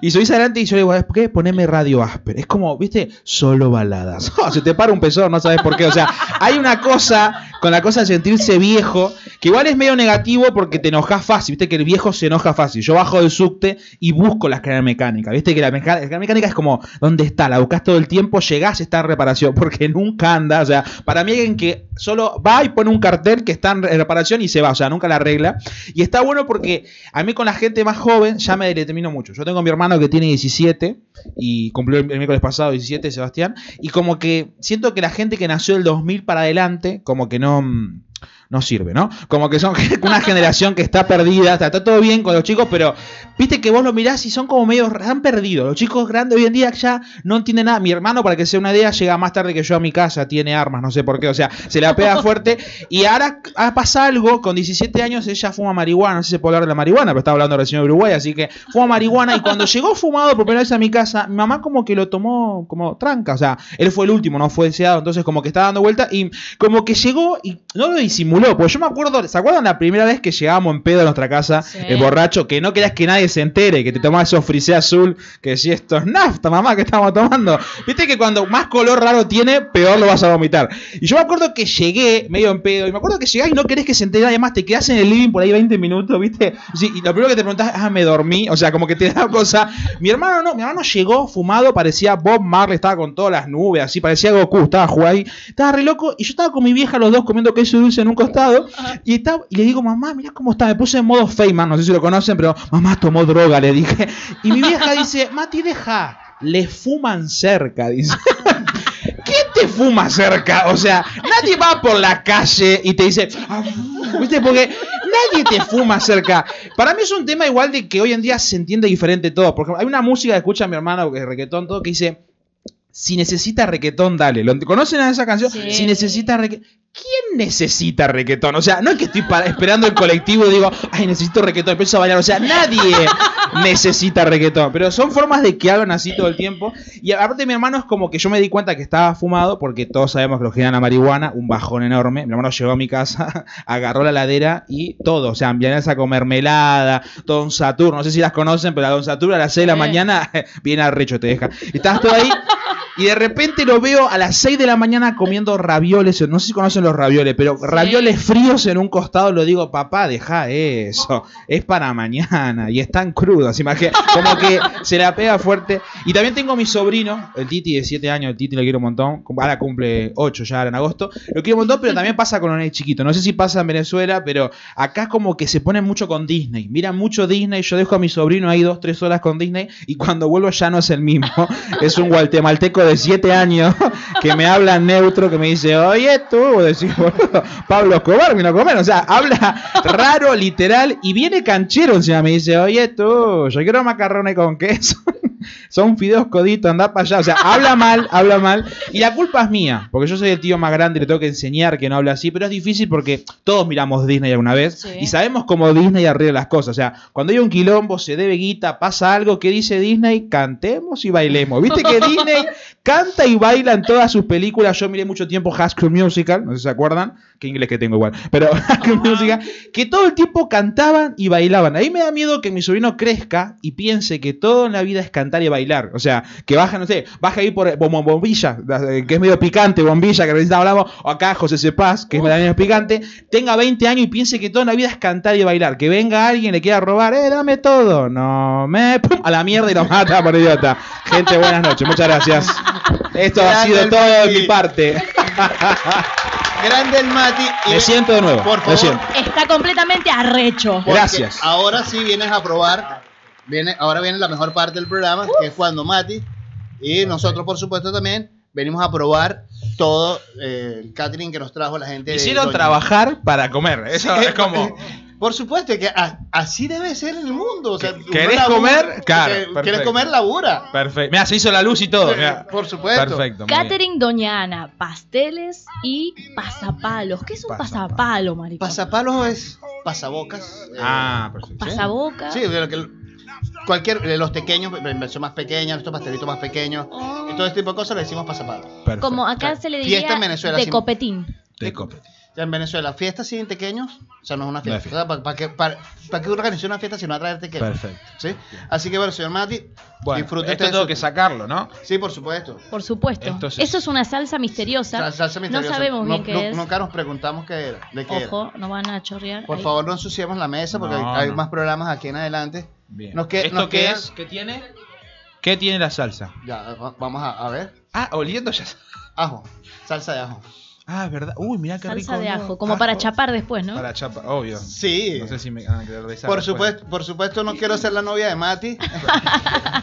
Speaker 7: y subís adelante y yo le digo, ¿por qué? Poneme radio áspero. Es como, ¿viste? Solo baladas. se te para un pezón, no sabes por qué. O sea, hay una cosa con la cosa de sentirse viejo, que igual es medio negativo porque te enojas fácil, ¿viste? Que el viejo se enoja fácil. Yo bajo del subte y busco la escalera mecánica, ¿viste? Que la, meca- la escalera mecánica es como, ¿dónde está? La buscas todo el tiempo, llegás, está en reparación, porque nunca anda. O sea, para mí alguien que solo va y pone un cartel que está en re- reparación y se va, o sea, nunca la arregla. Y está bueno porque a mí con la gente más joven ya me determino mucho. Yo tengo a mi hermano que tiene 17 y cumplió el, el miércoles pasado 17, Sebastián. Y como que siento que la gente que nació del 2000 para adelante, como que no... mm, No sirve, ¿no? Como que son una generación que está perdida, está, está todo bien con los chicos, pero viste que vos lo mirás y son como medio, han perdido. Los chicos grandes hoy en día ya no entienden nada. Mi hermano, para que sea una idea, llega más tarde que yo a mi casa, tiene armas, no sé por qué, o sea, se la pega fuerte. Y ahora ah, pasa algo, con 17 años ella fuma marihuana, no sé si se puede hablar de la marihuana, pero estaba hablando recién de Uruguay, así que fuma marihuana y cuando llegó fumado por primera vez a mi casa, mi mamá como que lo tomó como tranca, o sea, él fue el último, no fue deseado, entonces como que estaba dando vuelta y como que llegó y no lo disimuló, porque yo me acuerdo, ¿se acuerdan la primera vez que llegábamos en pedo a nuestra casa,
Speaker 5: Sí.
Speaker 7: el borracho, que no querías que nadie se entere, que te tomabas esos frisé azul, que si esto es nafta, mamá, que estamos tomando? Viste que cuando más color raro tiene, peor lo vas a vomitar. Y yo me acuerdo que llegué medio en pedo. Y me acuerdo que llegás y no querés que se entere nadie más. Te quedás en el living por ahí 20 minutos, ¿viste? Sí, y lo primero que te preguntás, ah, me dormí. O sea, como que te da cosa. Mi hermano no, mi hermano llegó fumado, parecía Bob Marley, estaba con todas las nubes, así, parecía Goku, estaba jugando ahí. Estaba re loco. Y yo estaba con mi vieja, los dos comiendo queso dulce en un costado. Y, estaba, y le digo, mamá, mirá cómo está. Me puse en modo Feynman, no sé si lo conocen, pero mamá tomó droga, le dije. Y mi vieja dice, Mati, deja. Le fuman cerca, dice. ¿Quién te fuma cerca? O sea, nadie va por la calle y te dice, "Ah, ¿viste? Porque nadie te fuma cerca. Para mí es un tema igual de que hoy en día se entiende diferente todo. Porque hay una música que escucha mi hermano, que es reggaetón, todo, que dice, si necesita reggaetón, dale. ¿Lo- ¿Conocen a esa canción?
Speaker 5: Sí.
Speaker 7: Si necesita reggaetón. ¿Quién necesita reggaetón? O sea, no es que estoy para- esperando el colectivo y digo, ay, necesito reggaetón, empiezo a bailar. O sea, nadie necesita reggaetón. Pero son formas de que hagan así todo el tiempo. Y aparte, mi hermano es como que yo me di cuenta que estaba fumado, porque todos sabemos que lo generan a marihuana, un bajón enorme. Mi hermano llegó a mi casa, agarró la ladera y todo. O sea, vienes con mermelada, Don Saturno. No sé si las conocen, pero la Don Saturno a las 6 de la
Speaker 5: Sí.
Speaker 7: mañana viene arrecho, te deja. Y Estás todo ahí. Y de repente lo veo a las 6 de la mañana comiendo ravioles. No sé si conocen los ravioles, pero ravioles fríos en un costado. Lo digo, papá, deja eso. Es para mañana. Y están crudos. Imagina, como que se la pega fuerte. Y también tengo a mi sobrino, el Titi de 7 años. El Titi lo quiero un montón. Ahora cumple 8 ya ahora en agosto. Lo quiero un montón, pero también pasa con un chiquito. No sé si pasa en Venezuela, pero acá como que se ponen mucho con Disney. Miran mucho Disney. Yo dejo a mi sobrino ahí 2-3 horas con Disney. Y cuando vuelvo ya no es el mismo. Es un guatemalteco de 7 años que me habla neutro, que me dice, oye tú, decís, boludo, Pablo Escobar vino a comer. O sea, habla raro, literal, y viene canchero encima, me dice, oye tú, yo quiero macarrones con queso. Son fideos coditos, anda para allá. O sea, habla mal, habla mal. Y la culpa es mía, porque yo soy el tío más grande y le tengo que enseñar que no habla así, pero es difícil porque todos miramos Disney alguna vez
Speaker 5: Sí.
Speaker 7: y sabemos cómo Disney arregla las cosas. O sea, cuando hay un quilombo, se debe guita, pasa algo, que dice Disney? Cantemos y bailemos. ¿Viste que Disney canta y baila en todas sus películas? Yo miré mucho tiempo High School Musical, no sé si se acuerdan, qué inglés que tengo igual, pero High School Musical, que todo el tiempo cantaban y bailaban. Ahí me da miedo que mi sobrino crezca y piense que todo en la vida es cantar y bailar. O sea, que baja, no sé, baja ahí por bom- bom- bombilla, eh, que es medio picante, bombilla, que recién hablamos, o acá José Cepaz, que es medio picante, tenga 20 años y piense que toda la vida es cantar y bailar. Que venga alguien, le quiera robar, eh, dame todo. No, me... pum, a la mierda y lo mata por idiota. Gente, buenas noches, muchas gracias. Esto ha
Speaker 6: Grande
Speaker 7: sido
Speaker 6: el
Speaker 7: todo de
Speaker 6: Mati.
Speaker 7: mi parte.
Speaker 6: Grande el Mati. y-
Speaker 7: Me siento de nuevo.
Speaker 6: Por
Speaker 7: Me
Speaker 6: favor.
Speaker 7: siento.
Speaker 5: Está completamente arrecho.
Speaker 6: porque
Speaker 7: Gracias.
Speaker 6: Ahora sí vienes a probar
Speaker 3: viene, ahora viene la mejor parte del programa, que es cuando Mati y nosotros, por supuesto, también venimos a probar todo eh, el catering que nos trajo la
Speaker 6: eh,
Speaker 3: gente. de
Speaker 7: Hicieron
Speaker 3: Doña.
Speaker 7: trabajar para comer. Eso es como.
Speaker 3: Por supuesto, que a- así debe ser el mundo. o sea,
Speaker 7: ¿Que-
Speaker 3: uno
Speaker 7: querés
Speaker 3: labura,
Speaker 7: comer? Claro,
Speaker 3: que- ¿Querés
Speaker 7: perfecto.
Speaker 3: comer? Labura. Eh,
Speaker 7: Perfecto. Mira, se hizo la luz y todo. mirá.
Speaker 3: Por supuesto.
Speaker 7: Perfecto. muy bien.
Speaker 5: Catering Doña Ana, pasteles y pasapalos. ¿Qué es un
Speaker 7: Pasapalo.
Speaker 5: pasapalo, maricón?
Speaker 3: Pasapalos es pasabocas. eh,
Speaker 7: Ah, perfecto.
Speaker 5: Pasaboca.
Speaker 3: Sí, de lo que- cualquier, de los pequeños, la inversión más pequeña, estos pastelitos más pequeños,
Speaker 5: Oh.
Speaker 3: y todo este tipo de cosas le decimos pasapalos.
Speaker 7: Perfecto.
Speaker 5: Como acá se le
Speaker 3: Fiesta
Speaker 5: diría
Speaker 3: en Venezuela,
Speaker 5: de
Speaker 3: sí.
Speaker 5: copetín.
Speaker 7: Te copio.
Speaker 3: Ya en Venezuela, fiestas sin tequeños, o sea, no es una
Speaker 7: No
Speaker 3: fiesta.
Speaker 7: es fiesta.
Speaker 3: ¿Para, qué, para, para qué organizar una fiesta si no va a traer tequeños?
Speaker 7: Perfecto.
Speaker 3: ¿sí? Así que, bueno, señor Mati,
Speaker 7: Bueno,
Speaker 3: disfrute
Speaker 7: esto
Speaker 3: usted
Speaker 7: tengo
Speaker 3: de
Speaker 7: que
Speaker 3: su-
Speaker 7: sacarlo, ¿no?
Speaker 3: Sí, por supuesto.
Speaker 5: Por supuesto.
Speaker 7: Esto es-
Speaker 5: Eso es una salsa misteriosa.
Speaker 3: Sal- salsa misteriosa.
Speaker 5: No sabemos bien
Speaker 3: No-
Speaker 5: qué
Speaker 3: no-
Speaker 5: es.
Speaker 3: Nunca nos preguntamos qué era, de qué era.
Speaker 5: Ojo, no van a chorrear.
Speaker 3: Por
Speaker 5: ahí.
Speaker 3: favor, no ensuciemos la mesa porque hay-
Speaker 7: No,
Speaker 3: hay,
Speaker 7: no.
Speaker 3: más programas aquí en adelante.
Speaker 7: Bien.
Speaker 3: Nos que-
Speaker 7: ¿Esto
Speaker 3: nos
Speaker 7: qué
Speaker 3: queda-
Speaker 7: es? ¿Qué tiene? ¿Qué tiene la salsa?
Speaker 3: Ya, va- vamos a, a ver.
Speaker 7: Ah, oliendo ya.
Speaker 3: Ajo, salsa de ajo.
Speaker 7: Ah, es verdad. Uy, mirá qué rico.
Speaker 5: Salsa de
Speaker 7: olor.
Speaker 5: ajo, como para
Speaker 7: Ajo.
Speaker 5: chapar después, ¿no?
Speaker 7: Para chapar, obvio.
Speaker 3: Sí.
Speaker 7: No sé si pues. me van a querer besar
Speaker 3: por,
Speaker 7: después.
Speaker 3: supuesto, por supuesto, no quiero ser la novia de Mati.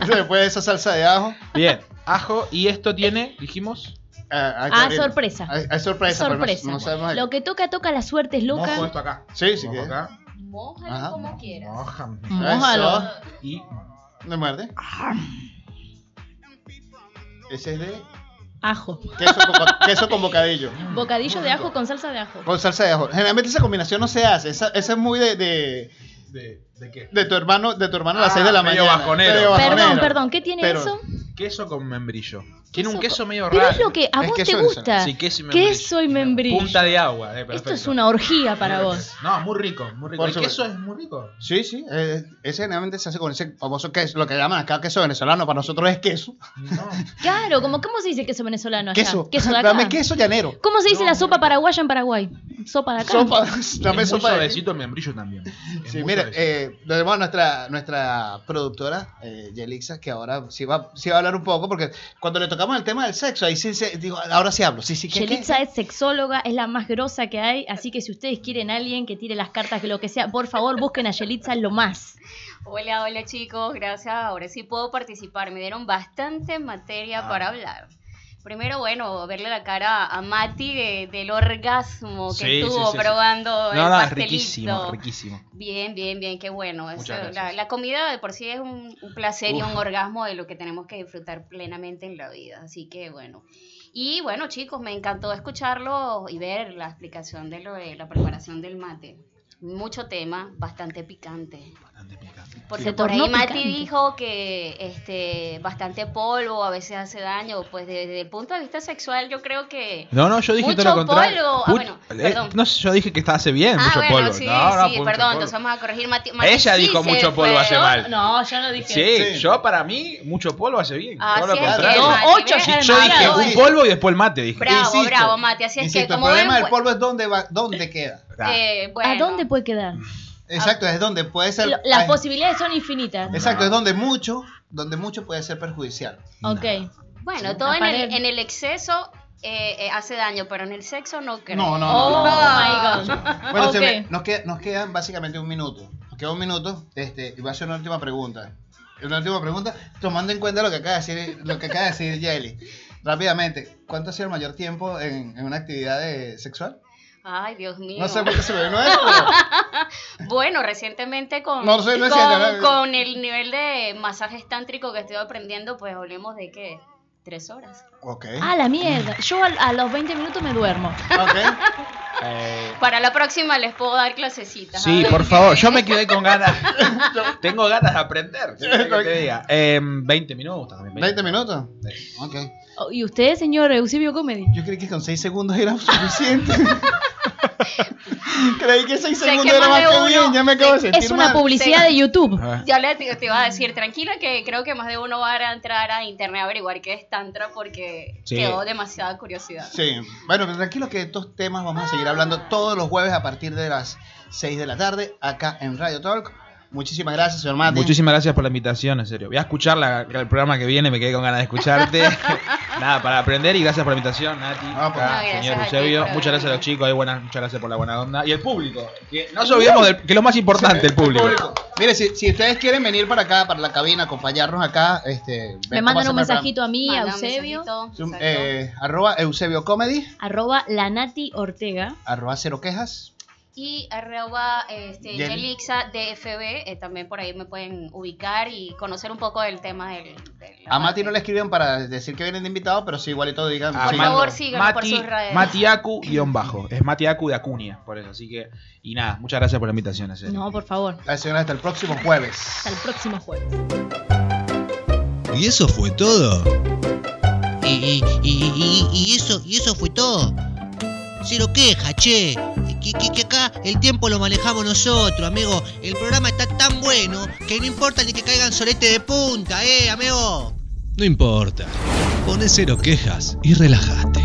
Speaker 3: Después de esa salsa de ajo.
Speaker 7: Bien, ajo. ¿Y esto tiene, dijimos?
Speaker 5: Ah, sorpresa.
Speaker 3: Eh, Hay, hay sorpresa. pero no-
Speaker 5: Sorpresa. pues.
Speaker 3: no sabemos-
Speaker 5: Lo que toca, toca, la suerte es loca.
Speaker 7: Mojo esto acá.
Speaker 3: Sí, sí
Speaker 7: Mojo
Speaker 3: que-
Speaker 7: acá.
Speaker 8: Mójalo
Speaker 3: Ajá.
Speaker 8: como quieras. Mm.
Speaker 7: Mojame.
Speaker 5: Mm, Mójalo.
Speaker 3: Eso.
Speaker 7: Y
Speaker 3: Me muerde.
Speaker 5: Ah.
Speaker 3: Ese es de
Speaker 5: Ajo.
Speaker 3: queso con, queso con bocadillo.
Speaker 5: Bocadillo de ajo con salsa de ajo.
Speaker 3: Con salsa de ajo. Generalmente esa combinación no se hace. Esa, esa es muy de, de,
Speaker 7: ¿De, de qué?
Speaker 3: de tu hermano, de tu hermano a las
Speaker 7: Ah,
Speaker 3: 6 de la
Speaker 7: medio
Speaker 3: mañana.
Speaker 7: bajonero.
Speaker 3: Medio
Speaker 5: Perdón,
Speaker 3: bajonero.
Speaker 5: perdón, ¿qué tiene
Speaker 3: Pero-
Speaker 5: eso?
Speaker 7: Queso con membrillo. Tiene un
Speaker 5: Queso
Speaker 7: queso medio raro.
Speaker 5: Pero es lo que a
Speaker 3: Es
Speaker 5: vos te
Speaker 3: queso de
Speaker 5: gusta.
Speaker 7: Sí, queso y membrillo.
Speaker 5: Queso y membrillo.
Speaker 7: Punta de agua. eh,
Speaker 5: Esto
Speaker 7: perfecto.
Speaker 5: es una orgía para vos.
Speaker 7: No, muy rico, muy rico.
Speaker 3: Por
Speaker 7: El
Speaker 3: supuesto.
Speaker 7: queso es muy rico.
Speaker 3: Sí, sí. eh, ese generalmente se hace con ese famoso queso. Lo que llaman acá queso venezolano. Para nosotros es queso.
Speaker 7: No.
Speaker 5: Claro, como ¿cómo se dice queso venezolano allá?
Speaker 3: Queso.
Speaker 5: Queso de acá.
Speaker 3: Dame queso llanero.
Speaker 5: ¿Cómo se dice la sopa paraguaya en Paraguay? Sopa de acá.
Speaker 3: Sopa, dame
Speaker 7: es muy
Speaker 3: sopa de
Speaker 7: suavecito el membrillo también. Es
Speaker 3: Sí,
Speaker 7: muy
Speaker 3: mira,
Speaker 7: suavecito.
Speaker 3: eh, lo tenemos a nuestra, nuestra productora, eh, Yelixa, que ahora sí va, sí va a hablar un poco, porque cuando le tocamos el tema del sexo, ahí sí se, digo, ahora sí hablo. Sí, sí, ¿qué, qué?
Speaker 5: Yelitza es sexóloga, es la más grosa que hay, así que si ustedes quieren a alguien que tire las cartas, que lo que sea, por favor busquen a Yelitza lo más.
Speaker 8: Hola, hola chicos, gracias. Ahora sí puedo participar. Me dieron bastante materia
Speaker 7: Ah.
Speaker 8: para hablar. Primero, bueno, verle la cara a Mati de- del orgasmo que
Speaker 7: Sí, sí,
Speaker 8: tuvo
Speaker 7: sí, sí.
Speaker 8: probando
Speaker 7: No,
Speaker 8: el
Speaker 7: no, es
Speaker 8: pastelito.
Speaker 7: riquísimo, riquísimo.
Speaker 8: Bien, bien, bien, qué bueno.
Speaker 7: Muchas
Speaker 8: Eso, la,
Speaker 7: gracias.
Speaker 8: la comida de por sí es un, un placer y
Speaker 3: Uf.
Speaker 8: un orgasmo de lo que tenemos que disfrutar plenamente en la vida. Así que bueno. Y bueno, chicos, me encantó escucharlo y ver la explicación de lo de la preparación del mate. Mucho tema, bastante picante.
Speaker 7: Bastante picante.
Speaker 8: Porque
Speaker 5: Se
Speaker 8: por ahí
Speaker 5: tornó
Speaker 8: Mati
Speaker 5: picante.
Speaker 8: dijo que este bastante polvo a veces hace daño. Pues desde el punto de vista sexual, yo creo que.
Speaker 7: No, no, yo dije
Speaker 8: Mucho
Speaker 7: todo lo contrario.
Speaker 8: polvo. Ah, bueno,
Speaker 7: Uy,
Speaker 8: perdón.
Speaker 7: no sé, yo dije que estaba hace bien, mucho polvo.
Speaker 8: Ah, sí,
Speaker 7: No, no,
Speaker 8: sí,
Speaker 7: mucho
Speaker 8: perdón,
Speaker 7: polvo.
Speaker 8: entonces vamos a corregir Mati. Mati
Speaker 7: Ella
Speaker 8: sí
Speaker 7: dijo
Speaker 8: se
Speaker 7: mucho polvo hace
Speaker 8: fue.
Speaker 7: mal.
Speaker 5: No, yo no dije.
Speaker 7: Sí,
Speaker 3: Sí.
Speaker 7: yo para mí, mucho polvo hace bien.
Speaker 8: Ah, Así
Speaker 7: todo lo
Speaker 8: es,
Speaker 7: contrario.
Speaker 8: Mati,
Speaker 5: No, ocho
Speaker 8: ¿ves?
Speaker 5: sí,
Speaker 7: Yo dije
Speaker 8: Bravo,
Speaker 7: un
Speaker 8: eh.
Speaker 7: polvo y después el mate. Dije.
Speaker 8: Bravo, bravo, Mati. Así es
Speaker 3: insisto,
Speaker 8: que como
Speaker 3: el
Speaker 8: ven,
Speaker 3: problema del
Speaker 8: pues,
Speaker 3: polvo es dónde, va, dónde queda.
Speaker 7: Ah,
Speaker 8: eh, bueno,
Speaker 5: ¿A dónde puede quedar?
Speaker 3: Exacto, es donde puede ser...
Speaker 5: Lo- Las
Speaker 3: ay,
Speaker 5: posibilidades son infinitas.
Speaker 3: Exacto, es donde mucho, donde mucho puede ser perjudicial.
Speaker 5: Ok.
Speaker 8: Bueno, todo en
Speaker 5: Aparece.
Speaker 8: el, en el exceso eh, eh, hace daño, pero en el sexo no creo.
Speaker 3: No, no, no.
Speaker 5: Oh
Speaker 3: no, no.
Speaker 5: my god.
Speaker 3: Bueno,
Speaker 5: Ah, Ok.
Speaker 3: señores, nos, queda- nos quedan básicamente un minuto. Nos queda un minuto. Este, y va a ser una última pregunta. Una última pregunta, tomando en cuenta lo que acaba de decir, lo que acaba de decir Yeli. Rápidamente, ¿cuánto ha sido el mayor tiempo en, en una actividad eh, sexual?
Speaker 8: Ay, Dios mío.
Speaker 3: No sé por qué se me vino eso, pero
Speaker 8: Bueno, recientemente con,
Speaker 3: No sé, no es
Speaker 8: con,
Speaker 3: cierto, no-
Speaker 8: con el nivel de masaje tántrico que estoy aprendiendo, pues hablemos de que tres horas.
Speaker 3: Ok.
Speaker 5: Ah, la mierda. Yo al- a, los 20 minutos me duermo.
Speaker 3: Ok.
Speaker 7: eh,
Speaker 8: Para la próxima les puedo dar clasecitas. ¿ah?
Speaker 7: Sí,
Speaker 8: a ver
Speaker 7: por
Speaker 8: qué-
Speaker 7: favor, yo me quedé con ganas. Tengo ganas de aprender. ¿qué querés que te diga? Eh, 20 minutos también.
Speaker 3: 20 minutos.
Speaker 7: Sí.
Speaker 3: Ok.
Speaker 5: Oh, ¿Y usted, señor Eusebio Comedy?
Speaker 3: Yo creí que con 6 segundos era suficiente. creí que 6
Speaker 8: Sé que
Speaker 3: segundos era
Speaker 8: más
Speaker 3: más
Speaker 8: de
Speaker 3: que bien,
Speaker 8: uno-
Speaker 3: ya me acabo de sentir
Speaker 5: Es una
Speaker 3: mal.
Speaker 5: publicidad de YouTube.
Speaker 7: Ah,
Speaker 8: Ya le te, te iba a decir, tranquila, que creo que más de uno va a entrar a internet a averiguar qué es Tantra porque
Speaker 7: Sí.
Speaker 8: quedó demasiada curiosidad.
Speaker 3: Sí, bueno, pero tranquilo que de estos temas vamos a seguir hablando todos los jueves a partir de las 6 de la tarde acá en Radio Talk. Muchísimas gracias, señor Mati.
Speaker 7: Muchísimas gracias por la invitación, en serio. Voy a escuchar la- el programa que viene, me quedé con ganas de escucharte. Nada, para aprender y gracias por la invitación, Nati,
Speaker 3: No, por
Speaker 7: acá,
Speaker 8: nada.
Speaker 7: señor
Speaker 8: Gracias a ti
Speaker 7: Eusebio.
Speaker 8: por haber
Speaker 7: Muchas gracias a
Speaker 8: venido.
Speaker 7: los chicos, ahí buenas, muchas gracias por la buena onda. Y el público, que no nos olvidemos del, que lo más importante, el público.
Speaker 3: Mire, si, si ustedes quieren venir para acá, para la cabina, acompañarnos acá, este, ven
Speaker 5: Me
Speaker 3: cómo
Speaker 5: mandan un
Speaker 3: hacemos el
Speaker 5: mensajito a mí, a
Speaker 8: Manda un
Speaker 5: Eusebio,
Speaker 8: mensajito,
Speaker 3: programa.
Speaker 8: exacto.
Speaker 3: Eh, arroba Eusebio Comedy,
Speaker 5: arroba Lanati Ortega.
Speaker 3: arroba Cero Quejas.
Speaker 8: Y arroba este,
Speaker 3: Yel-
Speaker 8: Yelixa DFB, eh, también por ahí me pueden ubicar y conocer un poco del tema del... del-
Speaker 3: A Mati no le escriben para decir que vienen de invitado, pero sí, igualito digan.
Speaker 7: A
Speaker 8: Por
Speaker 3: sigan-
Speaker 8: favor, síganos por sus redes.
Speaker 7: Matiaku guión bajo. Es Matiaku de Acuña, por eso. Así que, y nada, muchas gracias por la invitación, en serio.
Speaker 5: No, por favor.
Speaker 3: Gracias, señores, hasta el próximo jueves.
Speaker 5: Hasta el próximo jueves.
Speaker 9: Y eso fue todo.
Speaker 2: Y, y- y- y- y eso, y eso fue todo. Cero queja, che. Que, que- que acá el tiempo lo manejamos nosotros, amigo. El programa está tan bueno que no importa ni que caigan solete de punta, eh, amigo.
Speaker 9: No importa. Poné cero quejas y relájate.